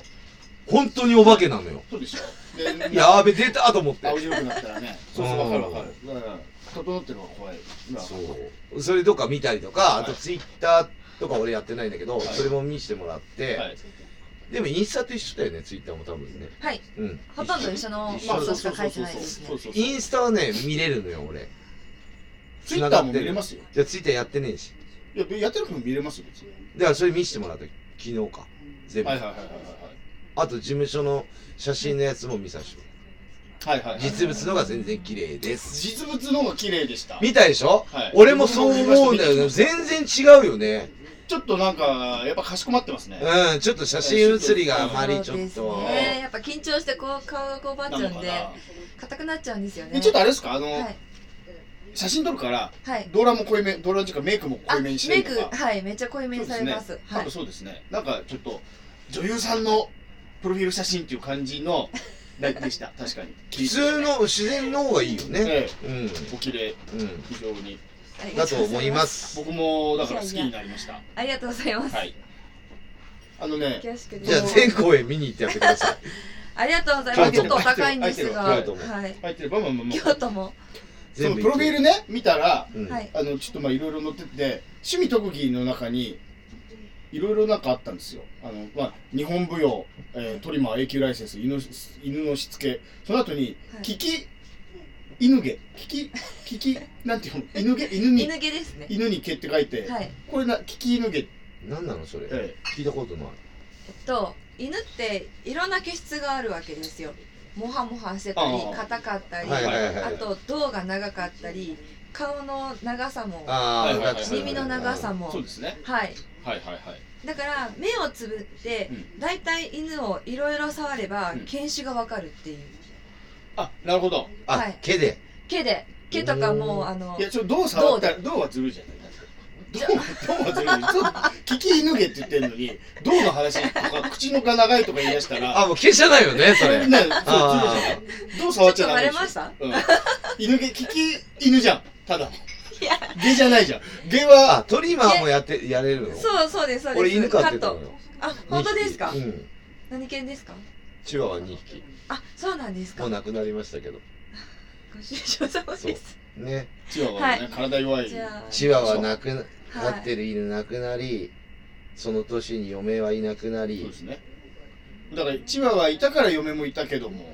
本当にお化けなのよ。
そうでしょ で、
やーべ、出たと思って。
青白くなったらね。そうそう、わかるわかる。だから、整ってる方が怖い。まあ
そう。それとか見たりとか、あと
はい
ツイッターとか俺やってないんだけど、
い
それも見せてもらって、
はい。
でもインスタと一緒だよね、ツイッターも多分ね。
はい。
うん。
ほとんど一緒の
一緒
ことしか書いてないですね
そう。そうそう
インスタはね、見れるのよ、俺。
ツイッターも見れますよ。
じゃあツイッターやってねえし。
いや、やってる人も見れますよ、別に。
だからそれ見せてもらった昨日か。全部。
はいはいはいはいはい。
あと事務所の写真のやつも見させてもらっ
はいはいはい。
実物のが全然綺麗です。
実物の方が綺麗でした。
見たでしょ、
はい
俺もそう思うんだよね。全然違うよね。
ちょっとなんか、やっぱかしこまってますね。
うん、ちょっと写真写りがあまりち
そう
ょ
で
っ
す
と。
ねやっぱ緊張してこう顔がこうばっち
な
ゃう
の
ん
か
で
な。
硬くなっちゃうんですよ
え
ね
ちょっとあれですかあの、
はい
写真撮るから、
はい
ドラも濃いめ、ドラっていうかメイクも
あ
濃いめ
メ
にして
イ
ると
ク
か。
はいめっちゃ濃いめに
そ
さ
う
れ
で
ますす
ね。
は
多
い
分そうですね。なんかちょっと、女優さんのプロフィール写真っていう感じ の、ででした。確かに。
普通の自然の方がいいよね。
ええ
うん、
お綺麗、
うん。
非常に。
ありが
だ
と
と
うござ
思いますす。
僕も、だから好きになりました。
ありがとうございます
はい。あのね、
恐縮です
じゃあ全公演見に行ってやってください。
ありがとうございますちょっとお高いんですが
はい京都も
はい
入ってる、ばまあまあまあ
京都も
その
全部
プ
行
ロ
っ
フィ
て
ールね、見たら、
うん
はい
あの、ちょっとまあいろいろ載ってて、趣味特技の中に、いろいろなんかあったんですよ。あの、まあ、日本舞踊、えートリマー、永久ライセンス、犬の犬のしつけ、その後に、
はい
聞き、犬毛、聞き、聞き、なんていうの、犬毛、犬に、
犬毛ですね
犬に毛って書いて、
はい
これな、聞き犬毛って、
何なのそれ、
え
聞いたことない。
えっと犬っていろんな毛質があるわけですよもはもはしてたり
ああ
硬かったり、
はいはいはい。
あと胴が長かったり顔の長さも
あ
はいはいはい
ー
耳の長さも
そうですね。
はい
はいはいはい。
だから目をつぶって
うん
大体、い犬をいろいろ触れば
うん
犬種がわかるっていう
あ、なるほど。
あ、
はい
毛で。
毛で毛とかも
おー
あの
いや、ちょっとどう触ったら、どうはずるいじゃない
じゃ
どうはずるい。ちょっと聞き犬毛って言ってるのに、どうの話とか、口のが長いとか言い出したら、
あ、もう毛じゃないよね、それ。
ね、そう、ずるいじゃ
あ
ない。どう触っち
ちょ
ゃダ
っとバ
メ
レ
でしょ
ました
うん。犬毛、聞き犬じゃん。ただ。
いや
毛じゃないじゃん。 毛は、
あ、トリマーもやって、やれるの
そうそうですそうです
俺犬飼って
カ
た
ッ
の
ト
よ。
あ本当ですか、
二匹うん。
何犬ですか
チワワ2匹。
あそうなんです
も
か
う亡くなりましたけど。
ご愁傷様です
ね。
チワワは
は
ね、体弱い。
じゃあ
チワワ亡くな、
は
飼
い
ってる犬亡くなり、その年に嫁はいなくな
そう
り
で、すね。だから、チワワいたから嫁もいたけども、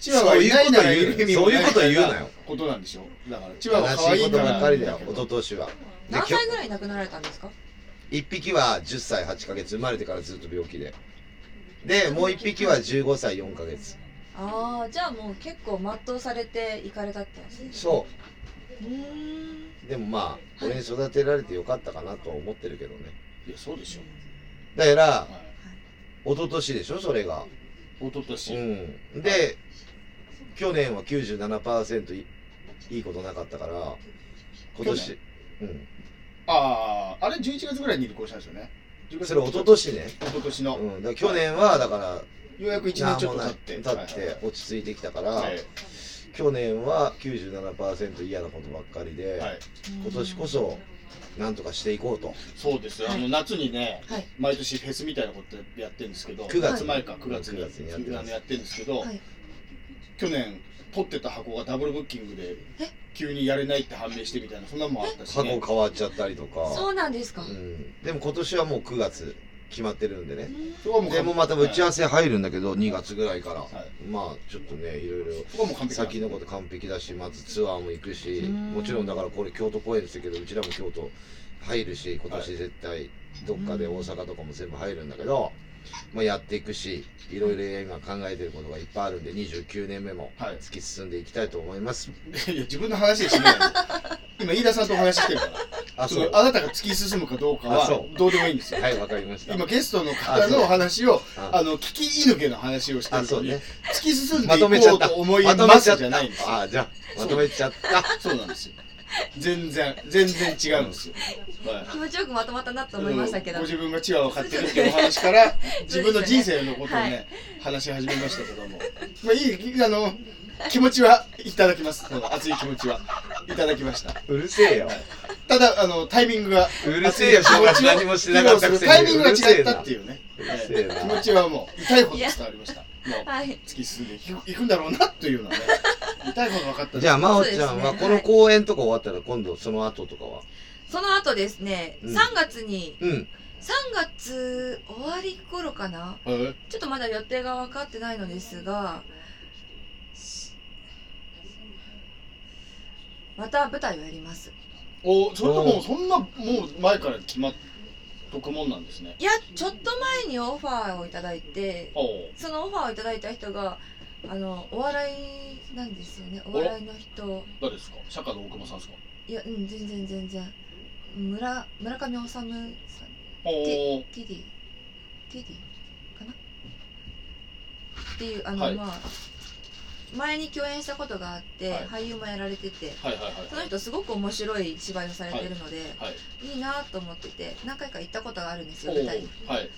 チワワいないならいる意味もないみ
そうい
た
うこと言うなよそういうこと言うな
いな
よ
ことなんでしょ。だから、チワワ
悲
可愛
しい
い
こと
から。
ばっかりだよ、一昨年は。で
何
きょ
歳ぐらい亡くなられたんですか
一匹は10歳8ヶ月、生まれてからずっと病気で。で、もう一匹は15歳4ヶ月。
ああじゃあもう結構全うされて行かれたってやつですね
そう
ーん
う。でもまあ、俺に育てられてよかったかなとは思ってるけどね。
いや、そうでしょ。
だから、
はい
一昨年でしょ、それが。
おととし、
うん。で、去年は97%いいいことなかったから、今年、うん。
あああれ11月ぐらいに離婚したんですよね
それ一昨年ね。
一昨年の、
うん。だから去年は、だから、
ようやく1年ちょっと経って
なんもない経って落ち着いてきたから、
はいはい
去年は97%嫌なことばっかりで、
はい
今年こそなんとかしていこうと
そうですよあの夏にね、
はい
毎年フェスみたいなことやってるんですけど
9月
前か9月に
9月にやってます
あのやってるんですけど、
はい
去年取ってた箱がダブルブッキングで急にやれないって判明してみたいなそんなのもんあったし、
過去
ね、
変わっちゃったりとか
そうなんですか、
うん、でも今年はもう9月決まってるんでね
そこはもう
でもうまた打ち合わせ入るんだけど2月ぐらいから、
はい
まあちょっとねいろいろ
そこはもう完璧
先のこと完璧だしまずツアーも行くし
うん
もちろんだからこれ京都公演ですけどうちらも京都入るし今年絶対どっかで大阪とかも全部入るんだけど、まあ、やっていくしいろいろ今考えてることがいっぱいあるんで29年目も
はい
突き進んでいきたいと思います、
いや自分の話でしないの今飯田さんとお話ししてるから
あ
そ
そう
のあなたが突き進むかどうか
あ
は
そう
どうでもいいんですよ
はいわかりました
今ゲストの方のお話を
あ
あ
そう
の聞き犬毛の話をしてる
あそ
の
う
に、
ね
突き進ん
ま
でい
とめちゃ
こ
っ
う
た
と思い
まと
ま
めちゃっ
すじ
た
ゃないんですよ
あじゃあまとめちゃった
そうなんですよ全然全然違うんですよ、はい
気持ちよくまとまったなと思いましたけど
ご自分がチワワを飼ってるっていうお話 から
そ
自
うですね
分の人生のことをね、
はい
話し始めましたけどもまあいいあの気持ちはいただきますその熱い気持ちはいただきました
うるせえよ
ただあのタイミングが
うるせえよ
熱い気持
正月
ちを
何もしてなかったくせに
披露するタイミングが違ったっていうね
うるせえな
気持ちはもう痛いほど伝わりましたもう
はい
突き進んでいくいくんだろうなというの はね痛いほど分かった
じゃあ
あ
真央ちゃんはこの公演とか終わったら今度その後とかは
その後ですね、
うん
3月に
うん
3月終わり頃かなちょっとまだ予定が分かってないのですがしまた舞台をやります
おそれともうそんなもう前から決まっとくもんなんですね
いやちょっと前にオファーをいただいて
おう
そのオファーをいただいた人があのお笑いなんですよねお笑いの人
誰ですか釈迦の大久保さんですか
いやうん全然全然村村上治さん
おお
ティディティディかなっていうあの、
はい
まあ前に共演したことがあって、
はい
俳優もやられてて
はいはいはい
その人すごく面白い芝居をされてるので、
はい
い、いなと思ってて何回か行ったことがあるんです
お
よ
お
舞台に。
はい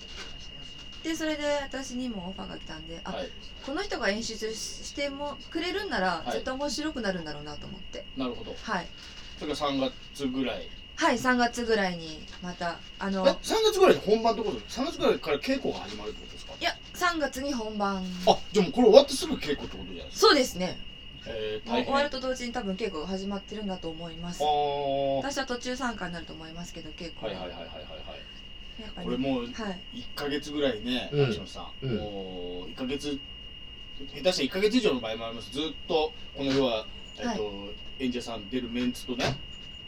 でそれで私にもオファーが来たんであ、
はい
この人が演出してもくれるんなら
い
絶対面白くなるんだろうなと思って
なるほど
はい
それが3月ぐらい
はい3月ぐらいにまたあ
え
の
3月ぐらいで本番ってことですか3月ぐらいから稽古が始まるってことですか
いや3月に本番
あじゃあもうこれ終わってすぐ稽古ってことじゃないですか
そうですね
えー、
もう
大
終
変
わると同時に多分稽古が始まってるんだと思います
ああ
私は途中参加になると思いますけど稽
は
古
いはいはい
や
はいはいはい
っぱり
これもう
はい
1か月ぐらいね、
うん
橋本さん、
うん
もう1か月下手したら1か月以上の場合もありますずっとこの世は、えっと
はい
演者さん出るメンツとね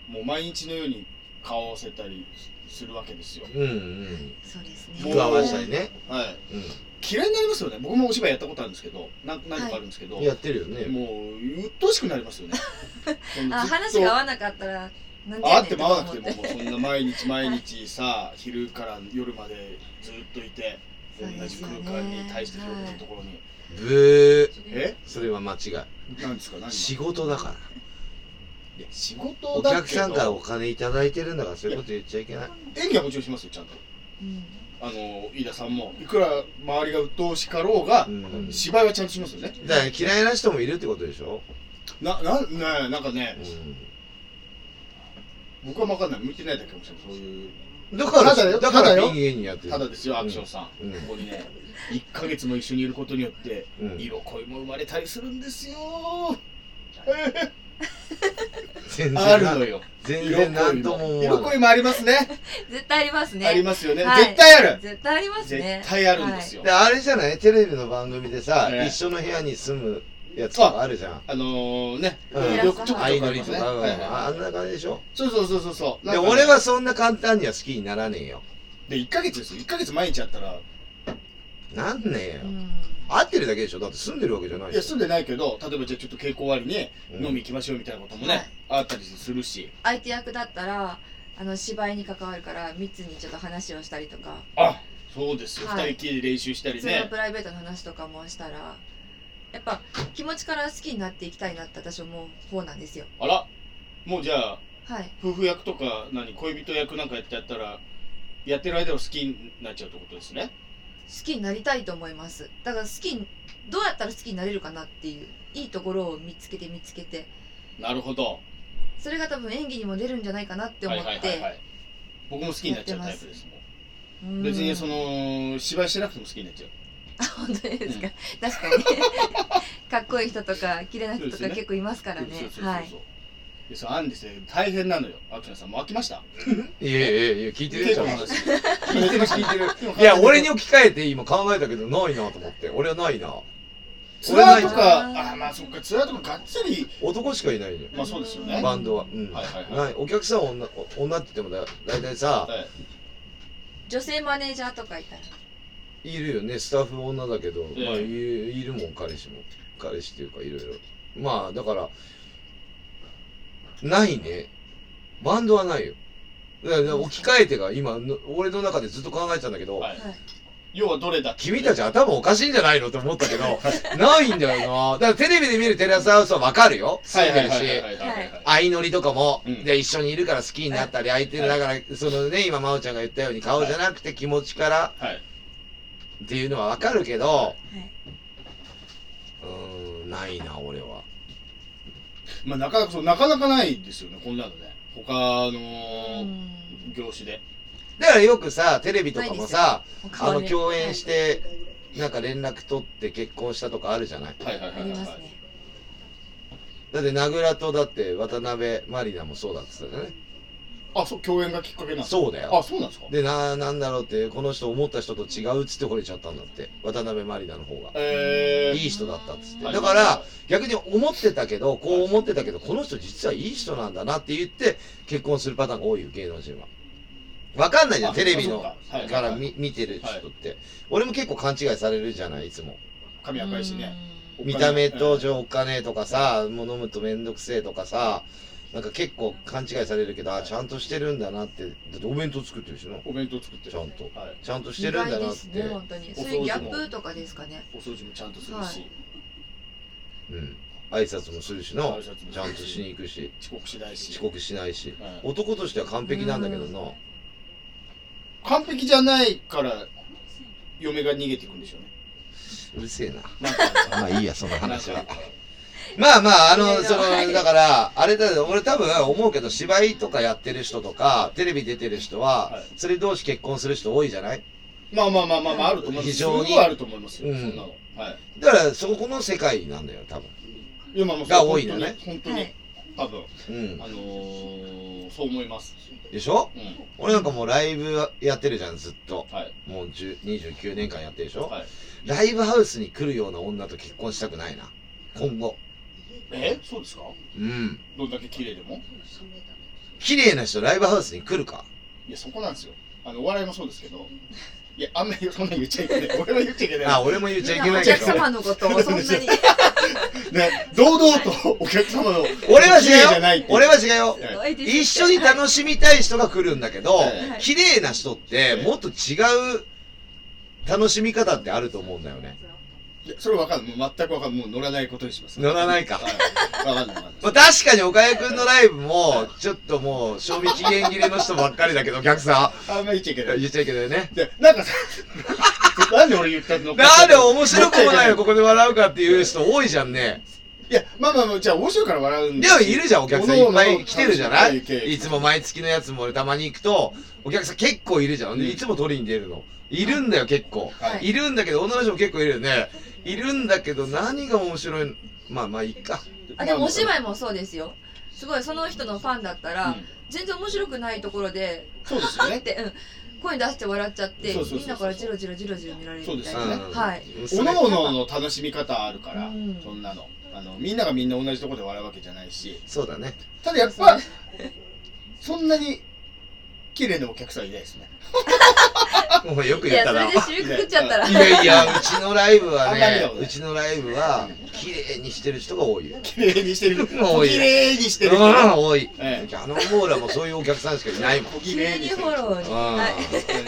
もう毎日のように顔を合わせたりするわけですよ
うんうん
そうです
も
ね
う
加わしたりね、
はい
うん
嫌いになりますよね僕もお芝居やったことあるんですけど何何個かあるんですけど、
やってるよね
もう鬱陶しくなりますよね
あ
ずっと
話が合わなかったらなんで
あ
や
っ
ね
て
ん
も合わなくても
とか思
も うそんな毎日毎日さ昼から夜までずっといて同
そうで
じ
すよね
空間に対して広げるところに、
ブー
え
それは間違
なんですか何が
い仕事だから
いや仕事
お
だけど
客さんからお金いただいてるんだからそういうこと言っちゃいけない
演技はもちろんしますよちゃんと
うん
あの飯田さんもいくら周りが鬱陶しかろうが、
うん
芝居はちゃんとしますよね
だから嫌いな人もいるってことでしょ、
ななななんかね
う、
僕は分かんない向いてないだけかもしれないそういうん
だから
ただよ
だか
ただ
ら
よ
ピン芸人やってる
ただですよアクションさん、
うん
ここにね1か月も一緒にいることによって
うん
色恋も生まれたりするんですよ
全然
ある
な
のよ
全然何とも思
色
わない
恋もありますね
絶対ありますね
ありますよね、
はい
絶対ある
絶対ありますね
絶対あるんです
よ、
よ、
であれじゃないテレビの番組でさ、
ええ
一緒の部屋に住むやつとかあるじゃん
あのー、ね、
うん
よくちょこちょこあり
相乗り
ます
と
ね
か、うん
はいはい
あんな感じでしょ
そうそうそうそうそう
で
なんかね
俺はそんな簡単には好きにならねえよ
で1ヶ月ですよ1ヶ月毎日やったら
なんねえよ、
うん
会ってるだけでしょだって住んでるわけじゃない
いや住んでないけど例えばじゃあちょっと稽古終わりに
うん
飲み行きましょうみたいなことも
はい
ね、あったりするし
相手役だったらあの芝居に関わるから密にちょっと話をしたりとか、
あそうですよ、二
はい
2人きりで練習したり
それの
ね
プライベートの話とかもしたらやっぱ気持ちから好きになっていきたいなって私は思う方なんですよ
あらもうじゃあ
はい
夫婦役とか何恋人役なんかやってやったらやってる間は好きになっちゃうってことですね
好きになりたいと思いますだから好きにどうやったら好きになれるかなっていういいところを見つけて見つけて
なるほど
それが多分演技にも出るんじゃないかなって
は
思
い
っ
はいはいは
て
い僕も好きになっちゃうタイプですもん
うん
別にその芝居してなくても好きになっちゃう
あ本当ですか、確かに かっこいい人とか綺麗な人と
そうですよね
か結構いますからね
そうそうそう
はい
そうでそうアンディね大変なのよアクションさんもう飽きました
いやいやいや聞いてる
稽
じゃ
古
ん
の
聞
話
いてる聞いてるいや俺に置き換えて今考えたけどないなと思って俺はないな
ツアーと
俺
か
ない
あーまあそっかツアーとかがっつり
男しかいないよ
まあそうですよね
バンドは、うん
はいはいは
ないお客さんは女女って言ってもだ大体さ
はい
女性マネージャーとかいたら
いるよねスタッフ女だけど、
ええ
まあ、いるいるもん彼氏も彼氏っていうかいろいろまあだからないねバンドはないよだから置き換えてが今の俺の中でずっと考えてたんだけど、
はい
はい
要はどれだって
君たち頭おかしいんじゃないのって思ったけど、 ないんだよな。だからテレビで見るテラスハウスはわかるよ。住
は
ん
いは
で
い
る
は
し
い。はいはいはいはい
相乗りとかも、
うん
で一緒にいるから好きになったり、相手だから、そのね、今、真央ちゃんが言ったように、顔じゃなくて気持ちから
はい
っていうのはわかるけど、
はい、
うーん、ないな、俺は。
まあなかなかそうなかなかないですよねこんなのね他
う
の
ん
業種で
だからよくさ、テレビとかもさ、あ
あ
の、共演して、なんか連絡取って結婚したとかあるじゃない
はいはいはい
あ
はい
り
は
ま
い
すね。
だって、名倉とだって、渡辺満里奈もそうだって言ってたよね。
あそう共演がきっかけなんです
そうだ
かあ
よ。
そうなんですか
で、な、なんだろうって、この人思った人と違うっつって惚れちゃったんだって。渡辺満里奈の方が。
え
い
ー
い人だったっつって。
はい
だから、逆に思ってたけど、こう思ってたけど、この人実はいい人なんだなって言って、結婚するパターンが多いよ、芸能人は。わかんないじゃん、
あ
テレビの
そうかはいはい
から見見てる人って。俺も結構勘違いされるじゃない、いつも。
髪赤いしね
うん
見た目とじゃあお金とかさ、もう飲むとめんどくせえとかさ、なんか結構勘違いされるけど、あ、ちゃんとしてるんだなって、だってお弁当作ってるしな。
お弁当作って
ちゃんと
はい
ちゃんとし
意
てるんだ
外
な
で
っ
す
て。
ね本当にそういうギャップとかですかね
お掃除もちゃんとするし、
はい
うん。挨拶もするしな
挨拶もするし。
ちゃんとしに行くし、
遅刻しないし
遅刻しないし。
はい
男としては完璧なんだけどな。
完璧じゃないから嫁が逃げていくんでしょうね
うるせえな。
なん
ま
か
あいいや、その話
話
は
は。
まあまあ、あ
い
の、
や
その、
はい
だから、あれだよ、俺多分思うけど、芝居とかやってる人とか、テレビ出てる人は
はい、
それ同士結婚する人多いじゃない
まあまあまあまあまああると思います
非常に
すごいあると思いますよ、
うん
そんなのはい
だから、そこの世界なんだよ、多分。
いやまあまあ
が多いのね
本当に
はい
本当に多
う
分
ん
あ。のー、そう思います
でしょ
うん
俺なんかもうライブやってるじゃん、ずっと。
はい
もう10 29年間やってるでしょ
はい
ライブハウスに来るような女と結婚したくないな。今後。
えそうですか
うん。
どんだけ綺麗でも
綺麗な人、ライブハウスに来るか。
いやそこなんですよあのお笑いもそうですけどいやあんまりそんな言っちゃいけない俺は言っちゃいけない
あ、俺も言っちゃいけ
みん
な
なお
いけ
客
ど。
様のことをそん なに
ね堂々とお客様の
俺は
綺麗じゃな
違
いうっ
よ。
て
俺は違うよ。
はい
おいで
一緒に楽しみたい人が来るんだけど
は、
い
綺麗な人ってもっと違う楽しみ方ってあると思うんだよね。
いやそれわかんないもう全くわかんないもう乗らないことにします
乗らないか
はいわかんない わかんない
まあ、確かに岡江くんのライブも、ちょっともう、賞味期限切れの人ばっかりだけど、お客さ
あんまり言っちゃいけ
ん。
ない
言っちゃいけないよね。
でなんかさ なんで俺言った の
なんで面白くも ないよ、ここで笑うかっていう人多いじゃんね。
いや、まあまあまあ、じゃあ面白いから笑うん
で
だし
もいるじゃん、お客さんいっぱい来てるじゃない
おのおの楽しみたい経
いつも毎月のやつも俺たまに行くと、お客さん結構いるじゃん。いつも取りに出るの。いるんだよ、結構。
はい
いるんだけど、女の人も結構いるよね。いるんだけど、何が面白いまあまあ、いいか。
あでもお芝居もそうですよすごいその人のファンだったら、
うん
全然面白くないところで
そうですよ
だっ
ね。
て、うん、声出して笑っちゃって
そうそうそうそう
みんなからジロジロジロジロ見られるみたい
そう
な、
です
うん
はい
おのおのの楽しみ方あるから、
うん
そんなのあの。みんながみんな同じところで笑うわけじゃないし、
そうだね。
ただやっぱ、そんなに綺麗なお客さんいないですね。
もうよく
い
言った
やそ
な
れ。で締めくくっちゃったら
いやいや、うちのライブは
あんまりだ
ね
よ、ね
うちのライブは、綺麗にしてる人が多いよ。
綺麗にしてる。
多い
綺麗にし
う
て
ん
る。、
多い。
ええ
あのモーラもそういうお客さんしかいないもん。
小綺麗
急
に
に
して
フ
る。
ォローに、は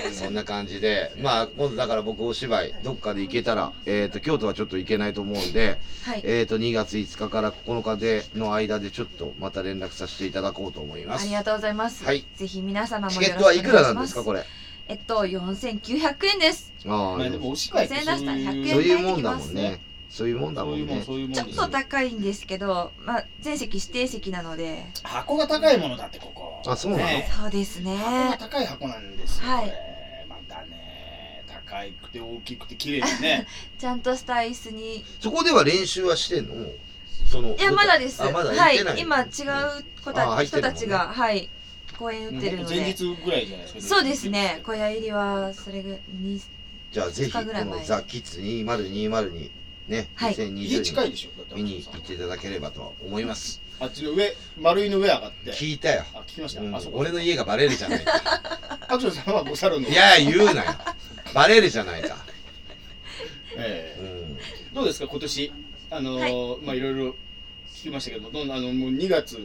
い、
うん そんな感じで、まあ、今度だから僕お芝居、どっかで行けたら、えっ、と、京都はちょっと行けないと思うんで、
はい
えっ、と、2月5日から9日での間で、ちょっとまた連絡させていただこうと思いま
あ
す
り。がとうございます、
はい
ぜひ皆様も
チ
よろし
ケ
く
ットはいいく
お願しま
ら
す
なんですか、これ。
えっと4900円です
あ
まあでも
あ、
お芝居ってそういう
そういうも
も
ん
ん
だ
だ
も
も
ん
ん
ね
ね。
そういうもんだ
そ
も
うい
ん
うもん、
ね。
そういうもん
ちょっ
ですよ
と高いんですけど、まあ、全席指定席なので
箱が高いものだって、ここ。
あそうなの
ね
そうですね
箱が高い箱なんですよ、
はい
これまたね高くて大きくて綺麗でね
ちゃんとした椅子に
そこでは練習はしてんのその
いやまだです
あまだ行
は
っ
い
てない、
今違う子
あ
た
入って
人
るもんね
たちが、はい公演打ってるので
前日ぐらいじゃないですか
そうですね、小屋入りはそれぐらいに、
じゃあぜひ、こ
二日ぐらい前
のザ・キッズ2020に、ね、
はい
家近
2020
い
に
でしょだって
見に行っていただければと思います。
あっちの上丸いの上上がって
聞いたよ。
あ聞きました、
うん
あそこ
俺の家がバレるじゃない か。
アクションさんは五サロンの
いやいや、言うなよ。バレるじゃないか。
え
う
え
ん。
どうですか今年あのーまあいろいろ聞きましたけどどんあのもう2月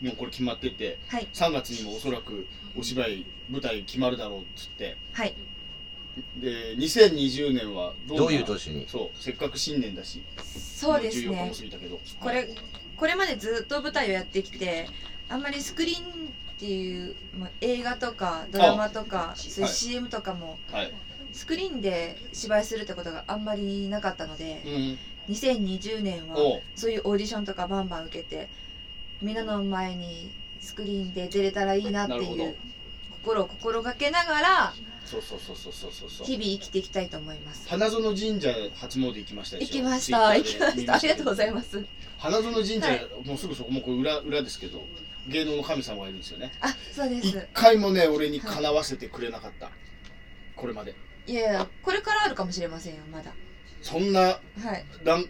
もうこれ決まってて
はい、
3月にもおそらくお芝居舞台決まるだろうっつって
はい、
で2020年はどんな
どういう年に
そうせっかく新年だし
そうです
14日
ね
も過。ぎたけど
これこれまでずっと舞台をやってきて、あんまりスクリーンっていう、まあ、映画とかドラマとか、そういう CM とかも、
はい、
スクリーンで芝居するってことがあんまりなかったので
う、ん、
2020年は
おう
そういうオーディションとかバンバン受けて、みんなの前にスクリーンで出れたらいいなって
なるほ
い
ど
う心を心がけながら、
そうそうそうそうそうそうそう
日々生きていきたいと思います。
花園神社初詣行きましたで
行
しょ
きました、行きました。ありがとうござい
す
ます。
花園神社、
はい
もうすぐそこもうこれ裏裏ですけど芸能の神様がいるんですよね
あ、そうで
一
す。
回もね俺にかなわせてくれなかった、これまで
いやいや、これからあるかもしれませんよ、まだ。
そんな
はい。
なん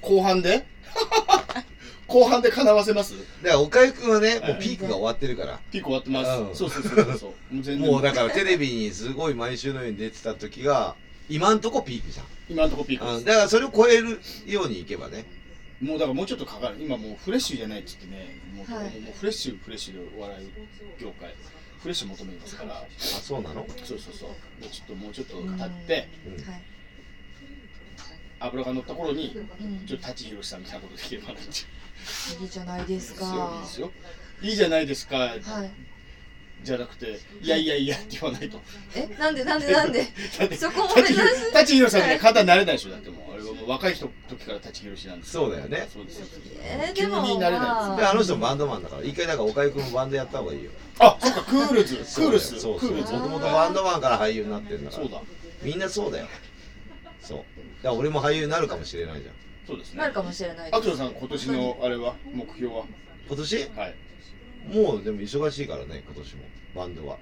後半で 後半でかなわせます
だから、岡井くんはね、
はい
もうピークが終わってるから。
ピーク終わってます、
うん
そうそうそうそうもう全然
もうだから、テレビにすごい毎週のように出てた時が、今んとこピークじゃん
今のとこピー
うん
クで
だからそれを超えるようにいけばね
すもうだからもうちょっとかかる今もうフレッシュじゃないっつってねもう,、
はい
もうフレッシュフレッシュでお笑い業界フレッシュ求めますから
あそうなの
そうそうそうでちょっともうちょっと経って
はい
油が乗った頃に
うん
ちょっと舘ひろしさんみたいなことできればなってい
いいじゃないですか
ういい
は
ですよいいじゃないですか
い
じゃなくていやいやいやって言わないと
えなんでなんでな んでそこも目指す
舘ひろしさんみたいな肩になれないでしょだってもうあれはもう若い人時から舘ひろしなんです
そうだよね
そうですよ
えー
急
で
に
も
慣れない
ま
であの人もバンドマンだから一回なんか岡井君もバンドやった方がいいよ
あそっかクールズクールズ
そう
ク
そう
ールズ
もともとバンドマンから俳優になってんだから
そうだ
みんなそうだよそうだから俺も俳優になるかもしれないじゃん
そうですね
なるかもしれない
アクシ
で
ョン
す
さん今年のあれは目標は
今年
はい
もうでも忙しいからね今年もバンドは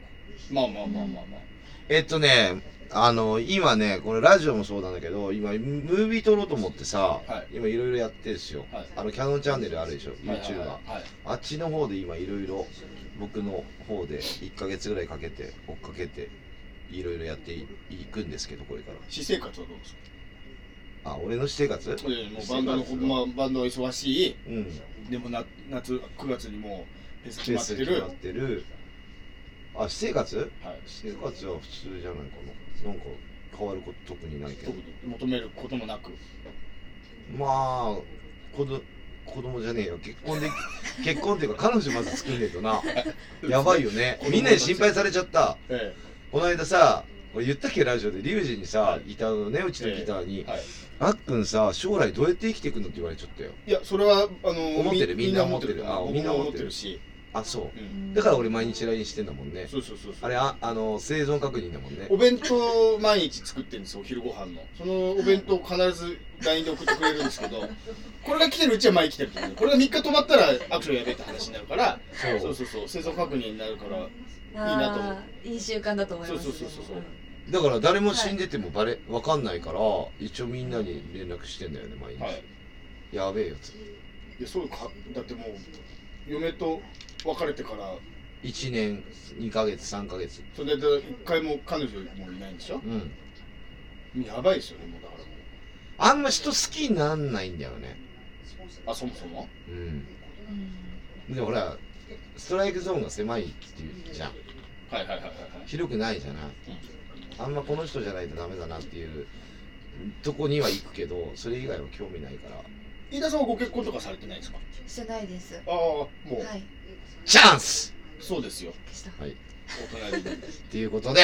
まあまあまあまあまあ
えっとねあの今ねこれラジオもそうなんだけど今ムービー撮ろうと思ってさ、
はい
今いろいろやってるんですよ、
はい
あのキャノンチャンネルあるでしょ YouTuber、
はいはい
あっちの方で今いろいろ僕の方で1ヶ月ぐらいかけて追っかけていろいろやっていいくんですけどこれから
私生活はどうですか
あ俺の私生活
いやいやもうバンド
私
の
生活
まあバンドは忙しい
うん
でもな夏9月にもうフェス決
決
まってる
まってるあ私生活
はい
私生活は普通じゃないかななんか変わること特にないけど
特に求めることもなく
まあ子ど子供じゃねえよ結婚で 結婚っていうか彼女まず作んねえと なやばいよねみんなに心配されちゃった
え
この間さ俺言ったっけラジオでリュウジにさ、
はい
ギターのねうちのギターに
えはい
「あっくんさ将来どうやって生きていくの?」って言われちゃったよ
いやそれはあの
思ってるみんな思ってるあ
み
み
ん
ん
な
な
思
思っ
っ
てて
る
る
し
あそう
うんん
うだから俺毎日 LINE してんだもんね
そうそうそうそう
あれああの生存確認だもんね
お弁当毎日作ってるんですよお昼ご飯のそのお弁当を必ず LINE で送ってくれるんですけど これが来てるうちは前に来てると思うこれが3日止まったらアクションやべえって話になるから
そう
そうそうそう生存確認になるからいいなと思う
あーいい習慣だと思います
そうそうそうそう
だから誰も死んでてもバレわかんないから一応みんなに連絡してんだよね毎日、
はい
やべえよつ
いやそうかだってもう嫁と別れてから
1年2ヶ月3ヶ月
それで一回も彼女もいないんでしょ
うん
やばいですよねもうだからも
あんま人好きになんないんだよね
うあそもそも
うん
うん
でほらストライクゾーンが狭いっていうじゃん
はいはいはいはいはい
広くないじゃないあんまこの人じゃないとダメだなっていうとこには行くけどそれ以外は興味ないから
飯田さんはご結婚とかされてないんですか
してないですは
ああもう
い
チャンス
そうです よ
した
はい
大人に
っていうことで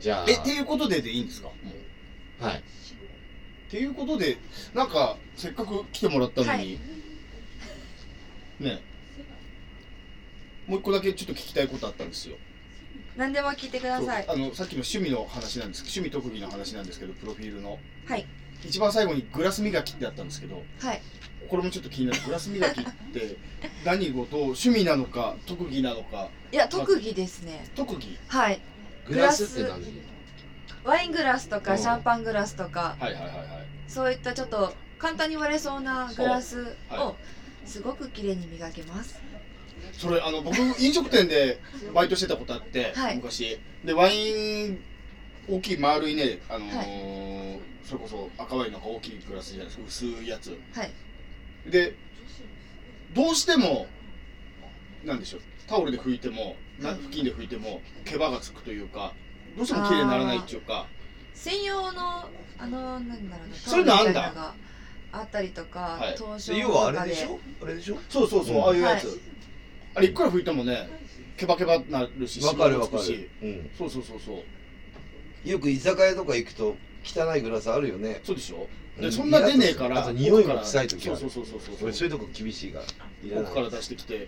じゃ
えって
あ
いうことででいいんですかもう
はい
っていうことでなんかせっかく来てもらったのに、
はい
ねもう一個だけちょっと聞きたいことあったんですよ
何でも聞いてください
そうあのさっきの趣味の話なんです趣味特技の話なんですけどプロフィールの
はい
一番最後にグラス磨きってあったんですけど
はい
これもちょっと気になるグラス磨きって何事趣味なのか特技なのか
いや特技ですね
特技
はい
グラスって何
ワイングラスと
う
か
ん
シャンパングラスとか
はいはいはいはい
そういったちょっと簡単に割れそうなグラス
そうは
をすごく綺麗に磨けます
それあの僕飲食店 でバイトしてたことあって、
はい
昔でワイン大きい丸いね、あのー
は
それこそ赤ワインの大きいグラスじゃないですか薄いやつ
はい
でどうしてもなんでしょうタオルで拭いてもな布巾で拭いても毛羽がつくというかどうしても綺麗にならないっていうか
専用のあのなんだろうな
そういうのあんだ
タオルみたいなのがあったりとか
はい
東証
で要
と
はあ
か
れ
で
でしょあれでしょ
そうそうそう、
うん
ああいうやつ、
はい
あれいくら拭いてもね毛羽毛羽なるし
わかるわか
シミもつく
る
し、
うん、
そうそうそうそう
よく居酒屋とか行くと汚いグラスあるよね
そうでしょ
う
で
ん
そんな出ねえから
あと匂いも臭い時
そ
ある
うそうそうそうそう
俺そういうとこ厳しいからいらな
奥か
い
ら出してきて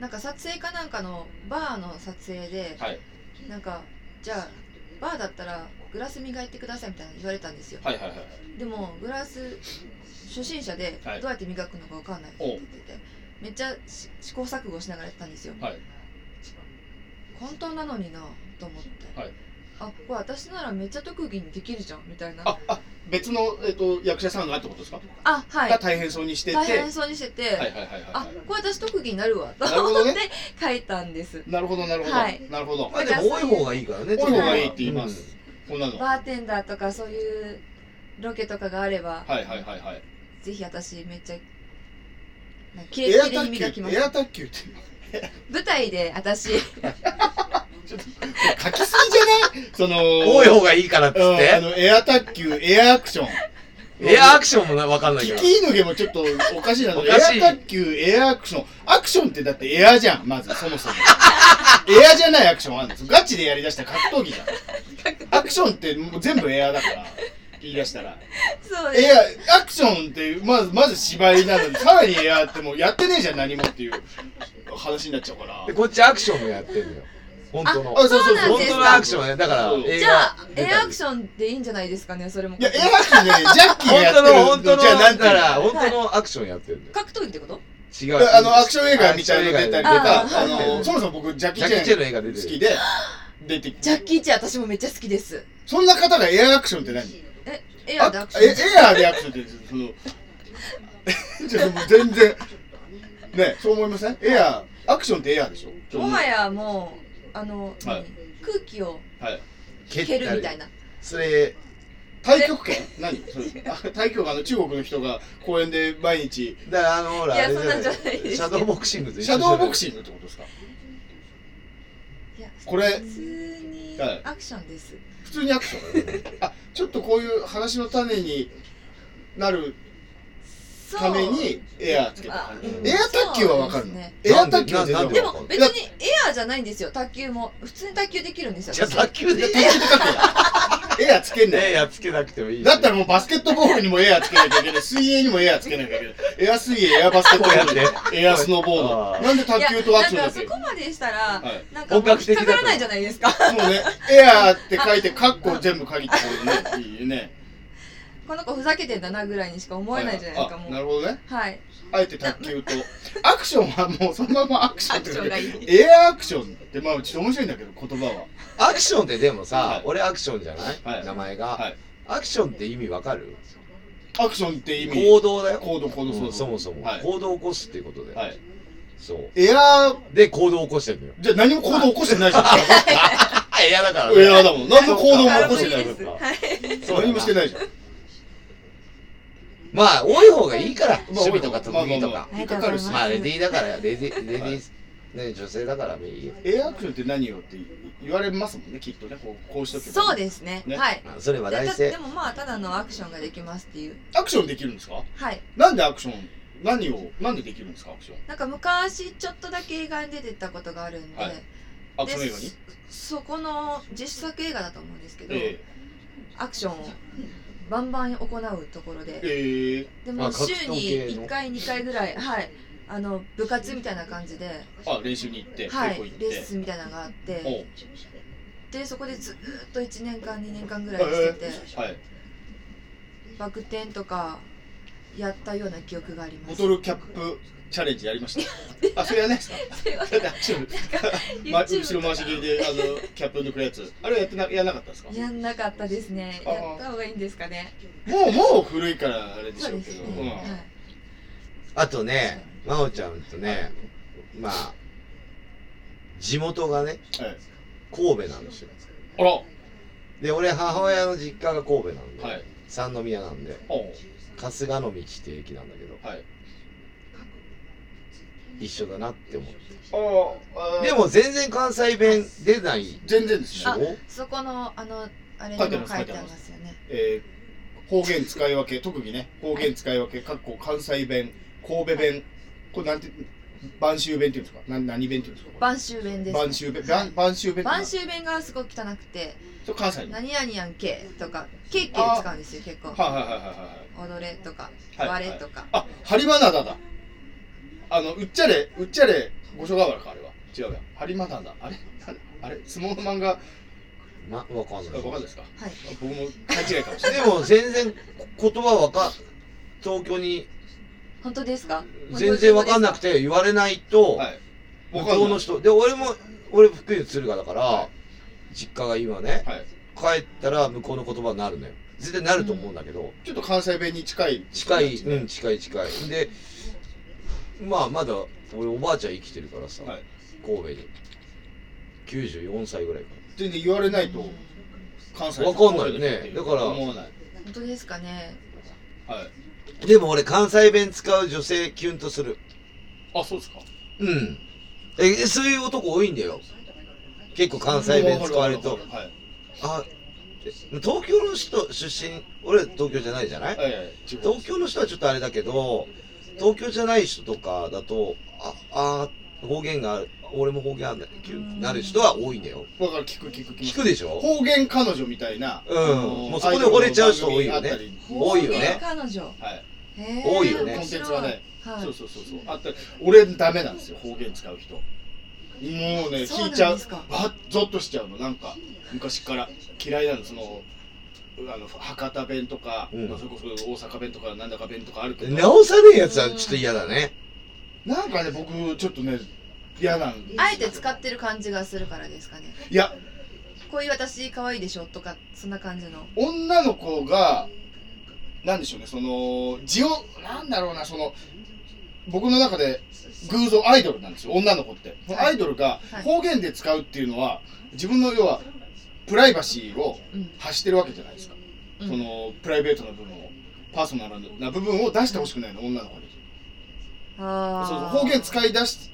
なんか撮影かなんかのバーの撮影で
はい
なんかじゃあバーだったらグラス磨いてくださいみたいなの言われたんですよ
はいはいはい
でもグラス初心者で
はい
どうやって磨くのかわかんないって言ってて、めっちゃし試行錯誤しながらやったんですよ
はい
簡単なのになと思って、
はい
あここ私ならめっちゃ特技にできるじゃんみたいな
ああ別の、えっと役者さんがってことですか、
あはい
が大変そうにしてて
大変そうにしてて、
はいはいはいはい
あ
は
これ私特技になるわと
なるほど
思
ね
って書いたんです
いなるほどなるほど、
はい
なるほど
まあでも多い方がいいからね。
多い方がいいって言います。こんなのは
バーテンダーとかそういうロケとかがあれば
いはいはいはい
ぜひ私めっちゃなんかキレ
エア
ッキレに
卓
磨き
球
ま
エア
す
卓球っていうの
舞台で私
書きすぎじゃないその
多い方がいいからっつっ
うんあ
て。
のエア卓球エアアクション
エアアクションもなわかんない
キ
から。
キーヌゲもちょっとおかしいな
おかしい
エア卓球エアアクションアクションってだってエアじゃんまずそもそもエアじゃないアクションあるんですガチでやりだしたら格闘技じゃんアクションってもう全部エアだから言い出したら
そう
い
です
や、アクションって、まず、まず芝居なのに、さらにエアってもうやってねえじゃん、何もっていう話になっちゃうから。
でこっちアクションもやってんのよ。本当の。
あそうそう
そうなん
本
です
当
か
のアクションね。だから
そう、
映
じゃあ
画出
エ
たり
アアクションでいいんじゃないですかねそれも
いや、エアアクションじゃねえ、ジャッキーがや
本当
ってる
の、本当の、
じゃあ、なん
だ
ていう
か
の
ら、本当のアクションやってるんだよ。
格闘技ってこと
違。
いうやあの、アクション映画みたいなの出たりと
あ
か、
アクシ
あ
ョン映画
の、そもそも僕、ジャッキ
ジ
ー
ャッキー・
チ
チェ
ェ
ンの映画出
ーン好
て
き
る。
で、出てき
ジャ
て、
ッキー・チェン私もめっちゃ好きです
そんな方がエアアクションって何
えエアでア
あ
クシ
え
ョン
エアーでアクションって、その、 ちょっともう全然、ね、そう思いませんエアー、アクションってエアーでしょ
もはやもうあの、
はい
何空気を
はい。
蹴
蹴るみたい。な
それ、
太極拳何それあ太極あの中国の人が公園で毎日
だから、あの、ほら、
いや
あれじゃ
そんなんじゃないです
シャドーボクシングと一緒
シャドーボク
ン
シングってことですか
いや
これ
普通に
はい
アクションです、
普通にアクションだよねあちょっとこういう話の種になる
そう
ためにエアーつけた
あ
感
うん
じエア卓球はわかる
そう
の、
ですね
エア卓球は全
な
然
ん
で
で
わか
も別にエアーじゃないんですよ卓球も普通に卓球できるんですよ
じゃあ、
私
卓球で
る卓球使ってないエアつけんな
ね、
い
やっつけなくてもいいし。
だったらもうバスケットボールにもエアつけなきゃいけない水泳にもエアつけなきゃいけないエア水泳エアバスケットボ
こうやっ
ールエアスノーボ
あ
ー
ー
ドなんで卓球とアクション
い
だ
やなんか
け
そこまでしたら、
はい
なんかも
本
う
格
引
的
っ
だ
か
と
からないじゃないですか
もうね、エアーって書いて、カッコ全部鍵ってことねっていうね。
この子ふざけてんだなぐらいにしか思えないじゃないですか
あ
も
な
う
るほどね。
はい
あえて卓球と。アクションはもうそのままアクションってことで
アクションが
エアーアクションって、まあちょっと面白いんだけど、言葉は。
アクションってでも
はい
さ、俺アクションじゃない
はい
名前
は
が
い。
アクションって意味わかる
アクションって意味。
行動だよ。
行動、行動、
うんそもそも
はい。
行動を起こすっていうことで。
はい。
そう。
エアー、
で、行動を起こしてるのよ。
じゃあ何も行動起こしてないじ ゃん。
あ、エアだからね。
エアーだもん。何も行動も起こしてない
軽いです
そうか
はい
そう
何もして
い。
ないじゃん。
まあ、多い方がいいから、
まあ
趣味とか特技とか
まあまあ。まあ引っかかるし
ありがとうござい
ま
ま
あ、レディーだから、レディー、レディー、ね、女性だからいいよ。
エアーアクションって何よって言われますもんね、きっとね。こうこうしとけば。
そうですね
ね
はい
まあそれは
で
大
た
性
で。もまあただのアクションができますっていう
アクションできるんですか
はい
なんでアクション何を、なんでできるんですか、アクション。
なんか昔ちょっとだけ映画に出てたことがあるんで、
はいアク
で
ション映画に
そこの実作映画だと思うんですけど、
え
アクションをバンバン行うところで
え、え
ま
でも
あ格闘
週に
系の
1回2回ぐらいはいあの部活みたいな感じで、
えあ練習に行って、
は
稽古
い
行っ、て
レッスンみたいなのがあって
おう
でそこでずっと1年間2年間ぐらいしてて、
はい
バク転とかやったような記憶がありま
ボ
す
トルキャップチャレンジやりましたあそれやらないですか
それは
だってアクションま、後ろ
YouTube
回し切りであのキャップ抜くやつあれやってなやらなかったですかも
やんなかったですね
あ
やった方がいいんですかね
うもう古いからあれで
そ
し
う
ょう
で
け
す
ど
ね、
うん
はい
あとね、まおちゃんとね、まあ、地元がね、
はい
神戸なんですよ。
あら
で、俺、母親の実家が神戸なんで、
はい
三宮なんで、
おう
春日の道って駅なんだけど、
はい
一緒だなって思って。
ああ
でも全然関西弁出ないで
全然です
し
ね
ょ
あそこのあのあれに
書いて
も
ます
書いてありますよね
えー方言使い分け特技ね方言使い分けかっこ関西弁神戸弁これなんて播州弁っていうんですかな何弁っていうんですかこれ
晩秋弁です
晩秋弁、晩晩秋弁。
晩秋弁がすごく汚くて
そう関西
「
の。はい
何々やんけ」とか「けっけ」使うんですよ結構
はいはいは
「踊れ」とか「
いはい。はい
割れ」とか。
あ、ハリマナダだ。あの、うっちゃれ、うっちゃれ、五所川原か、あれは。違うや。ハリマナダ。あれなあれ相撲の漫画、わ
ま、わかんない。
かんないですか
はい
僕も勘違いかもし れない。
でも全然言葉わか、東京に
本当ですか
全然わかんなく
て
て言われないと、
はい。
向
僕
こうの人、で、俺も、俺福井の敦賀だから、実家が今ね、
はい
帰ったら向こうの言葉になるのよ絶対なると思うんだけど、
ちょっと関西弁に近い
近い、うん、近い近い。で、まあ、まだ、俺、おばあちゃん生きてるからさ、
はい
神戸に。94歳ぐらいか
全然言われないと関西
わかんないよね
ってう
だから
思わない
本当ですかね
はい
ら。でも俺、関西弁使う女性、キュンとする。
あそうですか
うん。え、そういう男多いんだよ。結構関西弁使われると。
はい
あ、え東京の人、出身、俺、東京じゃないじゃない
はいはい地方
東京の人はちょっとあれだけど、東京じゃない人とかだと、あ、あー方言がある、俺も方言あんだ、キュンってなる人は多いんだよ。
だから聞く聞く聞
聞
く
くでしょ
方言彼女みたいな
うん
あの
もうそこで惚れちゃう人多いよね
アイドルの番組あっ
多いよね
方
た
言彼女
りはい
へー
多いよね
コンテンツはね
はい
そうそうそうそうあったり俺ダメなんですよ方言使う人もうね
そう
聞
なん
いちゃう
ですか
あゾッとしちゃうのなんか昔から嫌いなのそのあの博多弁とか、
うん
まあそれこそ大阪弁とかなんだか弁とかあるけど
直さねえやつはちょっと嫌だね。
なんかね僕ちょっとね嫌なんですよ
あえて使ってる感じがするからですかね
いや
こういう私可愛いでしょとかそんな感じの
女の子がなんでしょうねその字をなんだろうなその僕の中で偶像アイドルなんですよ女の子ってアイドルが
はい
方言で使うっていうのは自分の要はプライバシーを
うん
発してるわけじゃないですか、
うん
そのプライベートな部分をパーソナルな部分を出してほしくないの女の子に
あ
そう
あ
方言使い出し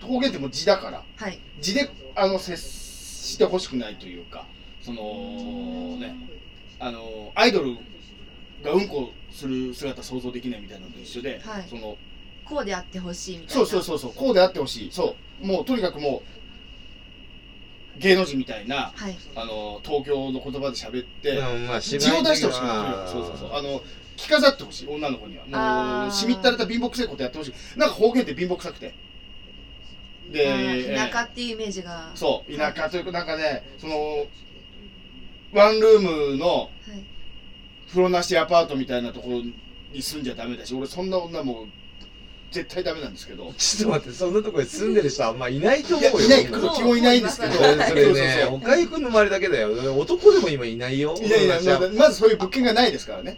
方言ってもう字だから
はい
字であの接してほしくないというかそのねあのアイドルがうんこする姿想像できないみたいなのと一緒で、
はい
その
こうであってほしいみたい
そ
な
うそうそうそうこうであってほしいそうもうとにかくもう芸能人みたいな
はい
あの東京の言葉で喋って、
うん、まあ、
字
芝居
を出してほしく
的
な
ない
そうそうそうあの着飾ってほしい女の子には
あ
もう
ー
しみったれた貧乏くせいことやってほしいなんか方言って貧乏くさくてで、えー
あー田舎っていうイメージが
そう田舎というかなんかねそのワンルームの
はい
風呂なしアパートみたいなところに住んじゃダメだし俺そんな女もう絶対ダメなんですけど
ちょっと待って、そんなとこに住んでる人あんまいないと思うよ。
いやいない
そんなの
基
う
本いないんですけど
それそれね、
そうそう
おかゆくんの周りだけだよ。男でも今いないよ。
そういやいや
じゃあ
まだまずそういう物件がないですからね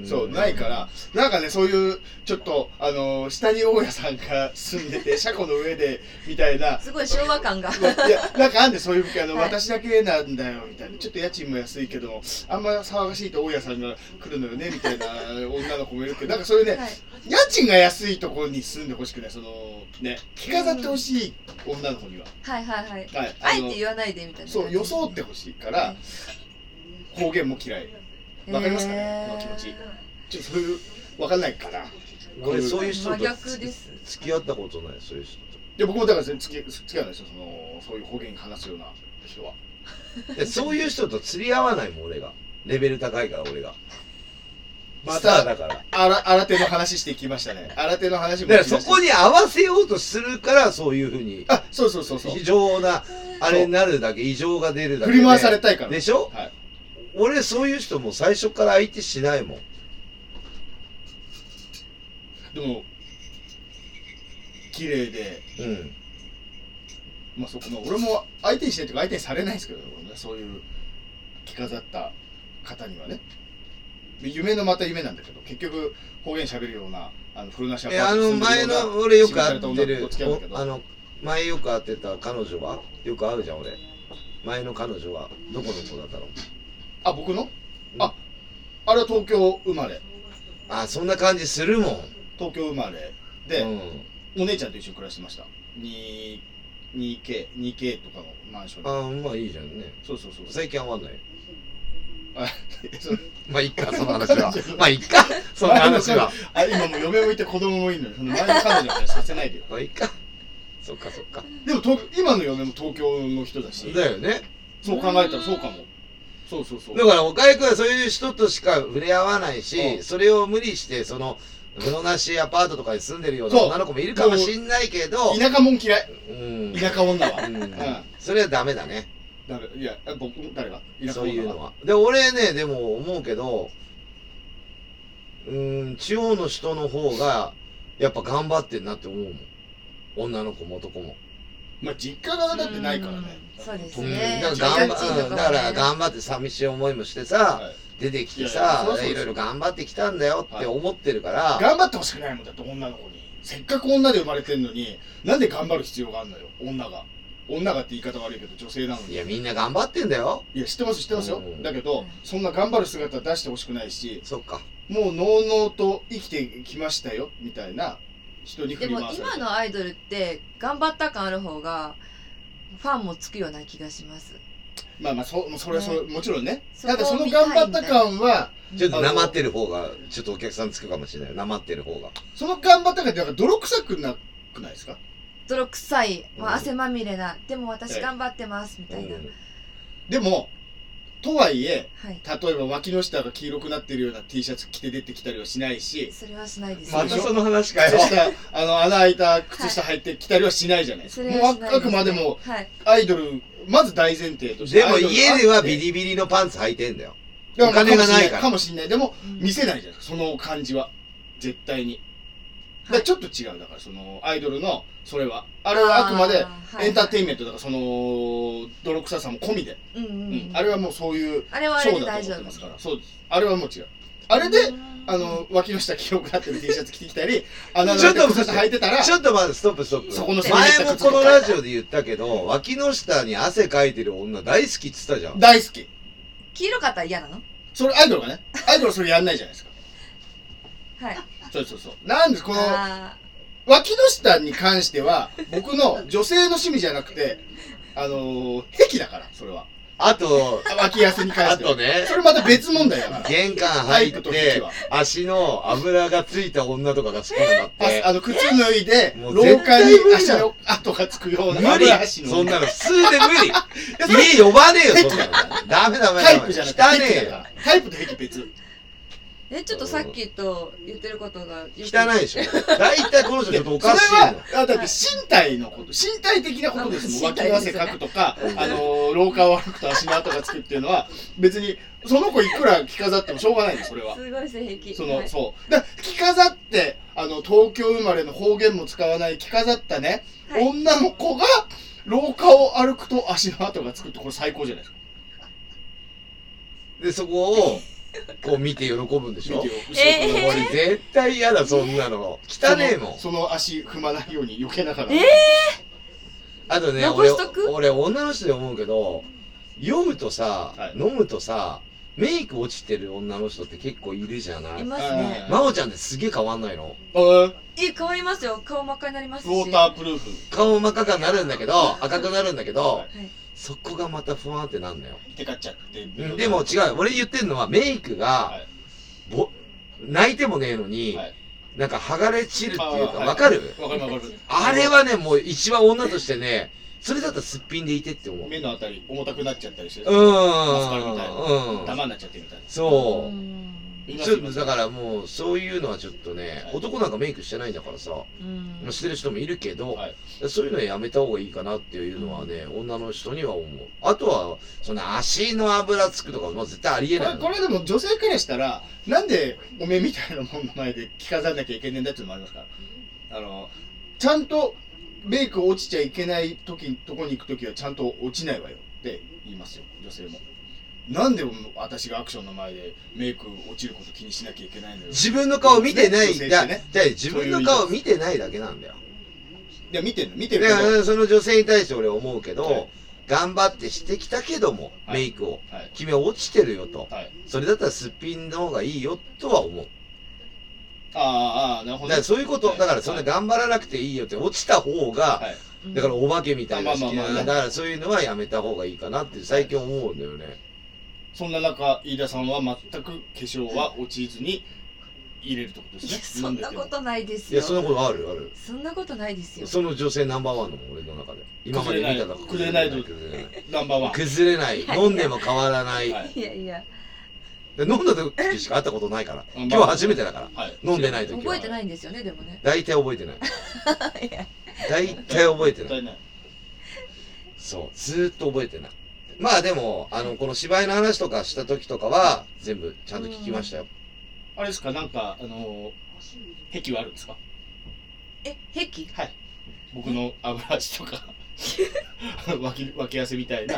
ん
そうないからなんかねそういうちょっとあの下に大家さんが住んでて車庫の上でみたいな
すごい昭和感が
いや、なんかあんでそういうあの、
はい
私だけなんだよみたいな、ちょっと家賃も安いけど、あんま騒がしいと大家さんが来るのよねみたいな女の子もいるけど、なんかそういうね、
はい
家賃が安いところに住んでほしくない、そのね、着飾ってほしい女の子には、
はいはいはい
はい、
あ
の
えて言わないでみたいな
そう、装ってほしいから、方言も嫌い、わかりますかね、この気持ち、ちょっとそういう、わかんないかな。
俺、そういう
えー
人
真
と
逆です
付き合ったことない、そういう人
で僕もだから全然付き付き合わないですよ、そのそういう方言話すような人は。
と。でそういう人と釣り合わないもん、俺が。レベル高いから、俺が。
また
スターだから。
あら新手の話していきましたね。新手の話も
だ
聞
か
きま
ら
した
そこに合わせようとするから、そういうふうに、
あ、そうそうそうそう。
異常な、あれになるだけ、異常が出るだけ
振
で。
り回されたいから。
でしょ
はい。
俺、そういう人も最初から相手しないもん。
でも、綺麗で、
うん。
まあそこの、俺も相手にしないというか相手にされないですけど、俺ね、そういう着飾った方にはね。で夢のまた夢なんだけど、結局方言喋るような、あの、風呂なし
え、あの、前の、俺よく会ってる、おあ
あの、
の、前よく会ってた彼女はよく会うじゃん、俺。前の彼女は、どこの子だったの
あ、僕のあ、あれは東京生まれ。
あ、そんな感じするもん。
東京生まれ。で、
うん。
お姉ちゃんと一緒に暮らしてました。に 2K、2K とかのマンションに。
あまあいいじゃんね。
そうそうそう。
最近会わんない。
あそう
まあいい か、その話は。まあいいか、 その話は。
あ今もう嫁もいて子供もいるのに、その前の彼女の話させないでよ。
まあいいか。そっかそっか。
でも東今の嫁も東京の人だし、
だよね。
そう考えたらそうかも。そうそうそう。
だから、岡井君はそういう人としか触れ合わないし、
うん
それを無理して、その、風呂なしアパートとかに住んでるような
そう
女の子もいるかもしんないけど、
田舎もん嫌い。
うん。
田舎女は。
う
うんん。だ
それはダメだね。
めいや、僕、誰が田舎女
そういうのは。で、俺ね、でも思うけど、うーん、地方の人の方が、やっぱ頑張ってんなって思うもん。女の子も男も。
まあ、実家がだってないからね。
そうです
うん
ね。
だから頑張うんだから頑張って寂しい思いもしてさ、
はい
出てきて
いやいや
さ
そうそうそう
いろいろ頑張ってきたんだよって思ってるから、
頑張ってほしくないもんだって女の子にせっかく女で生まれてんのになんで頑張る必要があるのよ女が女がって言い方悪いけど女性なの
い、
に
やみんな頑張ってんだよ
いや知ってます知ってます
う
よ
ん
だけどそんな頑張る姿出してほしくないし
そっか
もうのうのうと生きてきましたよみたいな人に振
で
り
も
回され
今
て
のアイドルって頑張った感ある方がファンもつくような気がします。
まあまあそもうそれはそれもちろんね
そこ
た
を
だその頑張った感は
ちょっとなまってる方がちょっとお客さんつくかもしれないなまってる方が
その頑張った感ってなんか泥臭くなくないですか
泥臭い、ま
うん
あ、汗まみれな、でも
ええ
私頑張ってますみたいな。
うん
でもとはいえ
はい。
例えば脇の下が黄色くなってるような T シャツ着て出てきたりはしないし
それはしないです
ま
ね。
たその話かよ
靴下あの穴開いた靴下履いてきたりはしないじゃないです
そ
か、
れ
も
は
う
しない
あ
ですね
あくまでも
はい。
アイドルまず大前提として
でも家ではビリ
リ
ビリのパンツ履いてんだよ
お
お金がないから
かもしれないでも
うん
見せないじゃないですかその感じは絶対にだか
は
ら
い
ちょっと違うだからそのアイドルのそれはあれはあくまで
あーはい
エンターテインメントだからその泥臭さも込みで、
うんう
うん
んうん。
あれはもうそういう
あれはあ
そ
れ
う
で
だ
大
と
丈
思っ
夫
てますからそうですあれはもう違うあれで
うん
あの脇の下黄色くなってる T シャツ着てきたり穴の
ちょっと
開いた靴下履いてたら
ちょっとまずストップストップ
そこの
前もこのラジオで言ったけど脇の下に汗かいてる女大好きっつったじゃん
大好き
黄色かったら嫌なの
それアイドルがねアイドルはそれやんないじゃないですか
はい。
そうそうそうなんでこの
あ
脇の下に関しては僕の女性の趣味じゃなくてあのー、癖だからそれは
あと
脇汗に関
あ
しては
とね
それまた別問題だから
玄関
体
入っ
育と癖
て
は
足の油がついた女とかが好きになっ
パス
て
あの靴脱いで
もう
廊下に
絶対無理だ
足の跡がつくよう
無
な
理
油足の
そんなの普通で無理家呼ばねえよそんなのダメダメ
タ
ダ
イ
メ
プじゃなくて
汚ね
癖
え
だ
よ
からタイプと癖別
ーえ、ちょっとさっきと言ってることが。
汚いでしょ大体この人ちょっとお
それ
かしい
は
の
あだって身体のこと身体的なことですもん
あ
脇
身体
の
で
汗
すね
かくとか、あの廊下を歩くと足の跡がつくっていうのは別にその子いくら着飾ってもしょうがないんですそれは
すごい性癖。
その、
はい
そう。だから着飾って、あの、東京生まれの方言も使わない着飾ったね、
はい
女の子が、廊下を歩くと足の跡がつくって、これ最高じゃないですか。
でそこをこう見て喜ぶんでしょ
見てよ、
え
後ろ
俺絶対嫌だそんなの
から
汚ねえもん
そのその足踏まないように避けながら。
えー
あとね
残
俺
しとく
俺女の人で思うけど酔うとさ、
はい
飲むとさメイク落ちてる女の人って結構いるじゃないい
ますね。
真央ちゃんってすげえ変わんないの
あー
え、変わりますよ。顔真っ赤になりますし。
ウォータープルーフ。
顔真っ赤くなるんだけど赤くなるんだけど、
はい
そこがまた不安ってなんだよ
テカっちゃって。
でも違う俺言ってんのはメイク
は
が
い、
ぼ泣いてもねえのに、
はい
なんか剥がれ散るっていうか
あーはい
わかる、
わかるわかる。
あれはねもう一番女としてねそれだったらすっぴんでいてって思う
目のあたり重たくなっちゃったりして、
う
マスカラみたい
ん。うん。
玉になっちゃってみたいな。
そうう。
ん
いま
ち
す
ょっ
いま
と
す
だからもうそういうのはちょっとね、
はい
男なんかメイクしてないんだからさ、
うん
してる人もいるけど、
はい
そういうのはやめた方がいいかなっていうのはね、女の人には思う。あとは、その足の油つくとか、まあ、絶対ありえ
こ
な
れ
い。
これでも女性からしたらなんでおめえみたいなもんの前で着飾んなきゃいけねえんだっていうのもありますからあのちゃんとメイク落ちちゃいけない時とこに行く時はちゃんと落ちないわよって言いますよ女性もなんで私がアクションの前でメイク落ちること気にしなきゃいけないのよ
自分の顔見てない、
ね
だ、
女性ってね
だ自分の顔見てないだけなんだよ。
いや見てるの見て
だ
るけ
か
ど
ら、その女性に対して俺思うけど、
はい
頑張ってしてきたけども、
は
メ
い
イクを。
はい
君は落ちてるよと。
はい
それだったらすっぴんの方がいいよとは思う。
あーあーなるほど
だからそういうこと、だからそんな
れ
頑張らなくていいよって、落ちた方が、
はい
だからお化けみたいな
まあまあ
好き
まあ
な、だからそういうのはやめた方がいいかなって最近思うんだよね。
そんな中飯田さんは全く化粧は落ちずに入れるってことで
いや、
すね
そんな
飲でても
ことないです
い
よ。
や、そんなことあるある。
そんなことないですよ。
その女性ナンバーワンの俺の中で。今まで見た中
崩れない
崩れない。
ナンバーワン
崩れない。
はい
飲んでも変わらない。
はい
いやいや、
で飲んだ時しか会ったことないから。
うん
今日初めてだから。
はい
飲んでない時
覚
は
え。てないんですよね、でもね。
大体覚えてない。
いや
大体覚えて
絶
ない。
対ない
そう。ずーっと覚えてない。まあでも、あの、この芝居の話とかした時とかは、全部ちゃんと聞きましたよ。
あれですか、なんか、あのー、癖はあるんですか
え、癖
僕の油足とか。 脇脇汗みたいな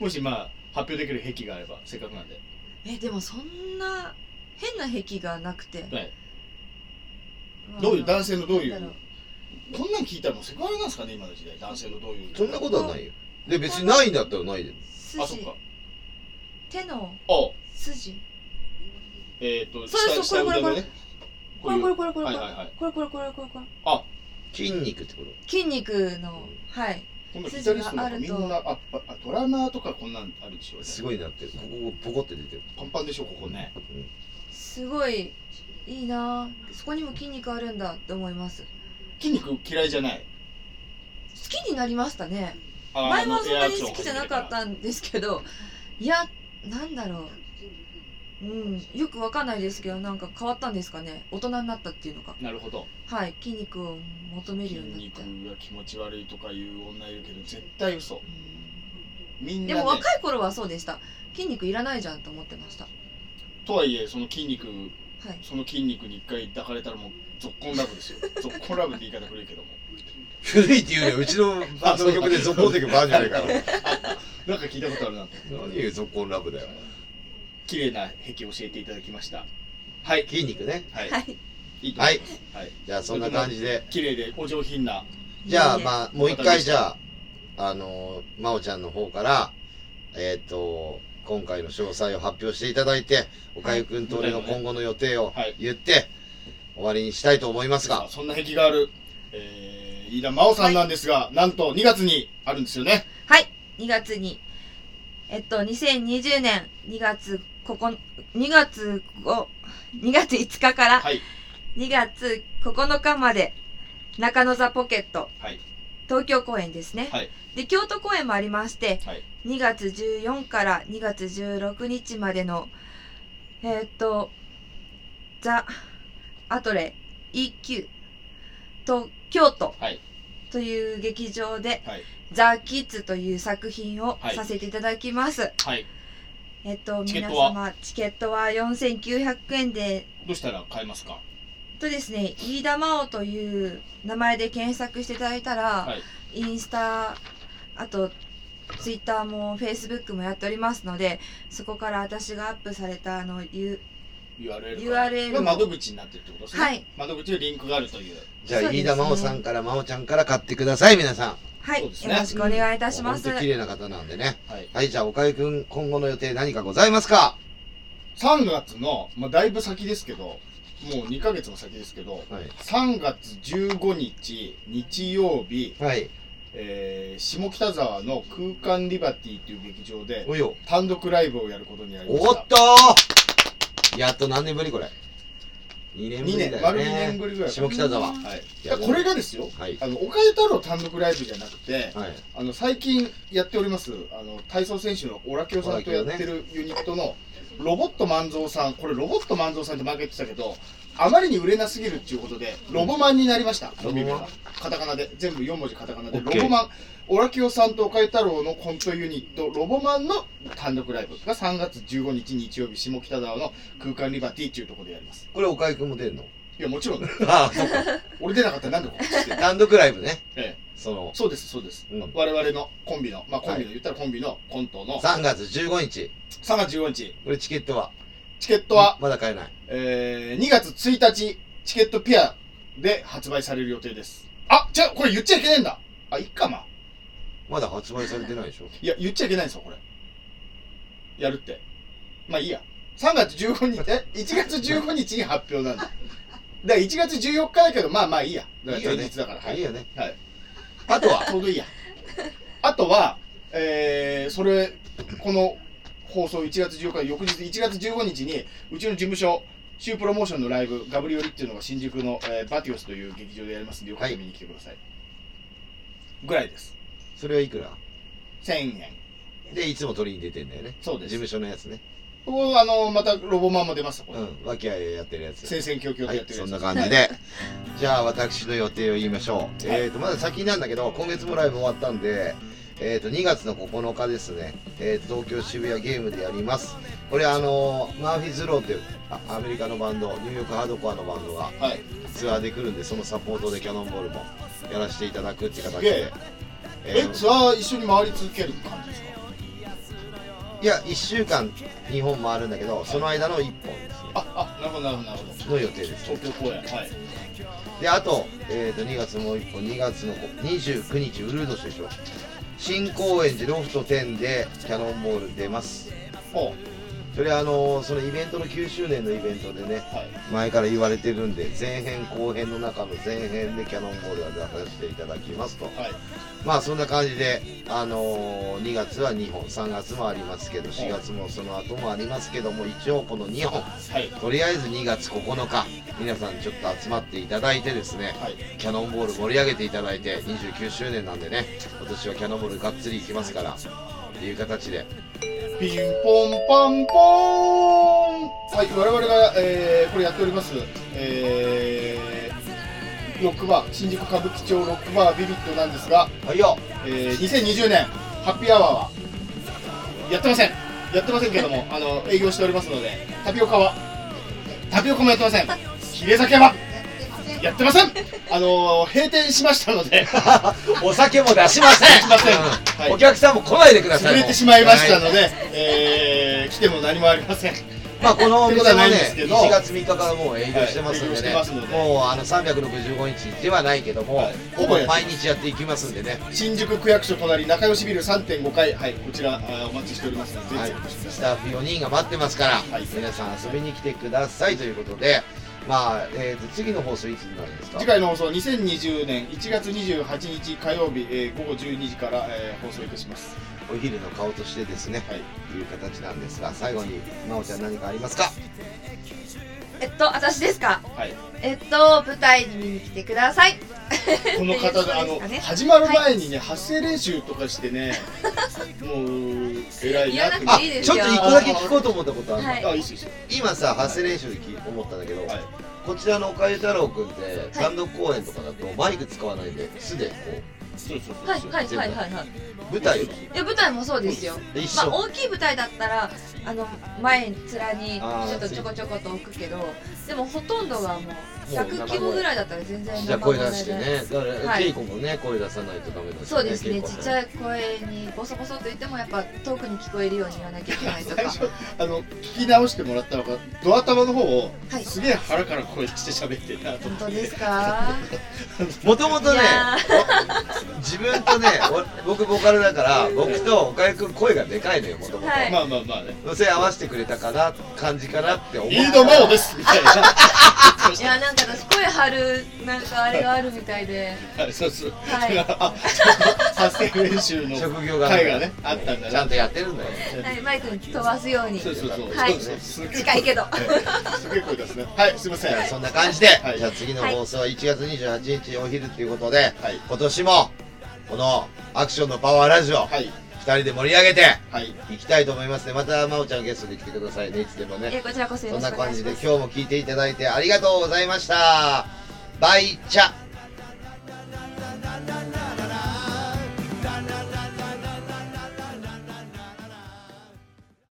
もしまあ発表できる癖があればせっかくなんで
えでもそんな変な癖がなくて
はいどういう男性のどうい
なんだ
う
ろ
こんなん聞いたらもうセクハラなんですかね今の時代男性のどういう
そんなことはないよで別にないんだったらないで
あそっ
筋
か
手の
あ
筋
えっ、と
そうそう
下
これ
下腕のね
これこれこれこれ
は
こ
い
れ
はいはい
これこれこれこれこれ
筋肉ってこと
筋肉のはい
こんなギタリストなんかみ
筋がある
ん
と
なあああドラマーとかこんなんあるでしょ
すごいなってここポコって出てる
パンパンでしょここね
すごいいいなぁそこにも筋肉あるんだって思います
筋肉嫌いじゃない
好きになりましたね
あ
前も
あの
そん
エア
な
アク
に
ション
好きじゃなかったんですけどいやなんだろううんよくわかんないですけどなんか変わったんですかね大人になったっていうのか
なるほど
はい筋肉を求める
筋
ようになっ
肉
た
が気持ち悪いとかいう女いるけど絶対嘘み
うん
ん
で
な、ね
も、若い頃はそうでした筋肉いらないじゃんと思ってました
とはいえその筋肉
はい
その筋肉に一回抱かれたらもうゾッコンラブです よゾッコンラブって言い方古いけども
古いっていうよりはうちのバンドの曲で続行的なバージョンやから
なんか聞いたことあるなと
何言う続行ラブだよ
綺麗な壁を教えていただきましたはい
筋肉ね
はい、、
はいい
いと思
はいい
ますはい
じゃあそんな感じで
綺麗でお上品な
じゃあ、
いえいえ
まあ、もう一回、じゃあ、あのー、まおちゃんの方から、えっ、と、今回の詳細を発表していただいて、おかゆくんと俺の今後の予定を
はい
言って、終わりにしたいと思います
さあ
が、
そんな壁がある、えー、飯田真央さんなんですが、なんと2月にあるんですよね
はい、2月に。えっと、2020年2月ここ、2月5、2月5日から
はい
2月9日まで、中野座ポケット、
はい
東京公演ですね、
はい
で、京都公演もありまして、
はい
2月14から2月16日までの、えっと、ザ・アトレ EQ と京都
はい
という劇場で、
はい
ザ・キッズという作品を
はい
させていただきます。
はい
えっと、
チケッ
皆
トは
様、チケットは4900円で、
どうしたら買えますか
とですね、飯田真央という名前で検索していただいたら、
はい
インスタ、あと、ツイッターもフェイスブックもやっておりますので、そこから私がアップされたあの、ゆ
URL が
URL
が窓口になってるってことですね、
はい
窓口でリンクがあるという
じゃあ、
そうですね
飯田真央さんから真央ちゃんから買ってください、皆さん。
はい、
そう
よ
ですね
ろしくお願いいたします。
本当綺麗な方なんでね。
はい
はい、じゃあ、おかゆくん、今後の予定何かございますか
3月の、まあ、だいぶ先ですけどもう2ヶ月も先ですけど
はい。
3月15日日曜日、
はい。
えー下北沢の空間リバティという劇場で
おいよ。
単独ライブをやることになりま
お
し
ったとーやっと何年ぶりこれ。2年ぶ
2
りだよね。
年丸2年ぶりぐらいかな
下北沢。
はい、いやこれがですよ
はい。
あの岡江太郎単独ライブじゃなくて
はい。
あの最近やっておりますあの体操選手のオラキオさんとやってるユニットのロボット万蔵さんこれロボット万蔵さんって前から言ってたけどあまりに売れなすぎるっていうことでロボマンになりました
ロボマン
ロビンがカタカナで全部4文字カタカナで
オ
ロ
ッケー
ボマンオラキオさんと岡江太郎のコントユニットロボマンの単独ライブが3月15日日曜日下北沢の空間リバティっていうところでやります
これ、岡井くんも出るの
いやもちろん
ああ、そっか。
俺出なかったらなんでこ こしてんの
単独ライブね。
ええ
その、
そうですそうです
うん、
我々のコンビのまあコンビの、
は
言ったらコンビのコントの
3月15日。
3月15日、
これ、チケットは
チケットは、
まだ買えない。
えー、2月1日、チケットピアで発売される予定です。あ、じゃあこれ言っちゃいけないんだ。あ、いっかま。
まだ発売されてないでしょ。
いや、言っちゃいけないんですよ、これ。やるって。まあいいや。3月15日、え、1月15日に発表なんだ。だから1月14日だけど、まあまあいいや。だか
いい
ら
よ
前
ね
日だから。はい
いよね。
はい。
あとは
ちょうどいいや。あとは、えー、それ、この放送1月14日、翌日1月15日に、うちの事務所、シュープロモーションのライブ、ガブリオリっていうのが新宿の、えーバティオスという劇場でやりますんで、よかったら見に来てください。ぐらいです。
それはいくら
1000円。
で、いつも取りに出てんだよね。
そうです
事務所のやつね。
ここ、あの、またロボマンも出ます、こ
う
れ。
ん。和気あいあいやってるやつ。
戦々恐々
は
とや
い
っ、てる
そ
や
ん
つ。
な感じで。 じゃあ、私の予定を言いましょう。えっ、と、まだ先なんだけど、今月もライブ終わったんで、えっ、と、2月の9日ですね、えーと東京渋谷ゲームでやります。これ、あのーマーフィーズ・ローっていうあアメリカのバンド、ニューヨークハードコアのバンドが
はい。
ツアーで来るんで、そのサポートでキャノンボールもやらせていただくって形
すげえ
で。え
えツアー一緒に回り続ける感じですか
いや1週間日本回るんだけどその間の1本ですね
ああなるほどなるほどなるほど
の予定です
東京公演はい
であと,、えー、と2月もう1本2月の29日ウルードでしょ新高円寺ロフト10でキャノンボール出ます
ほ
それあのーそのイベントの9周年のイベントでね
うはい
前から言われてるんで前編後編の中の前編でキャノンボールは出させていただきますと
はい
まあそんな感じで、あのー2月は2本3月もありますけど4月もその後もありますけども一応この2本
はい
とりあえず2月9日皆さんちょっと集まっていただいてですね
はい
キャノンボール盛り上げていただいて29周年なんでね今年はキャノンボールがっつりいきますからっていう形で
ピンポンパンポーンはい、我々が、えーこれやっております、えーロックバー、新宿歌舞伎町ロックバービビットなんですが、
はい よ
えー2020年、ハッピーアワーは、やってませんやってませんけども、あの、営業しておりますので、タピオカは、タピオカもやってませんヒレ酒はやってませんあの閉店しましたので、
お酒も出しません
しません
うん
はい
お客さんも来ないでください
潰れ
もう
てしまいました
は
ので、えー来ても何もありません。
まあこのお店は
ということはないん
ね
ですけど
1月3日からもう営業してますんで
はい営業し
ね、
てますので
もうあの365日ではないけども、
はい
ほぼ毎日やっていきますんでね、
新宿区役所隣仲良しビル3.5階はいこちらあーお待ちしておりますので、
は
はいい、、
スタッフ4人が待ってますから、
はい
皆さん遊びに来てくださいということでまあ、えー、と次の放送いつになるんですか
次回の放送2020年1月28日火曜日、えー午後12時から、えー放送いたします
お昼の顔としてですね、
はい
い、う形なんですが最後に真央ちゃん何かありますか
えっと、私ですか
はい
えっと、舞台に見に来てください。
この
ってい
方
うこ
で
と
あ
です
の
かね
始まる前にね発声練習とかしてね もう偉い
言わ
な
な
って
くていいです
ちょ
よ。
っと一個だけ聞こうと思ったことあるの、
はい
あいいっすいいっす
今さ発声練習で聞い思ったんだけど、
はい
こちらの岡井太郎君って単独公演とかだとマイク使わないで素でこ
そうそうそう
はい
そう
はいはいはいはい。
う舞台を
いや、舞台もそうですよ。
一
まあ、
緒、
大きい舞台だったら、あの、前面に、ち
あー
ょっとちょこちょこと置くけど、でもほとんどはもう、
もう生
100
声
規模ぐらいだったら全然
じゃあ
生声
声
で
出してねだから、
はい
稽古もね声出さないとダメだし、ね、
そうですね、
稽古
ちっちゃい声にボソボソと言ってもやっぱ遠くに聞こえるように言わなきゃいけ ないとか
最初あの聞き直してもらったのがドア玉の方を、
はい
すげえ腹から声して喋ってたと
本
思
当
って
ですか
もともと
い
ね
や
自分とねお僕ボカルだから僕と岡井君声がでかいのよもとも
はい
と
まあまあまあね
それ合わせてくれたかな感じかなって思う
リードマオですみたいな。
ーいやなんか私声張るなんかあれがあるみたいで
はいそうそう。
はい
あ、発声練習の
職業が
会がね、あったんだ
ちゃ
なん
と。やってるんだよ
はい、マイクに飛ばすように。
そうそうそう。
はい
そうそうすげえ
近いけど。
はすげえ声ですね。はい、すみません。
そんな感じで、
はい
じゃあ次の放送は1月28日お昼ということで、
はい
今年もこのアクションのパワーラジオ、
はい、
2人で盛り上げて
はい。
いきたいと思いますねまた真央ちゃんゲストで来てくださいねいつでも
え
ね
こちらこそよ
そん
ろし
な
くお願
感
いし
じで
ま
今
す
日。も聞いていただいてありがとうございましたバイチャ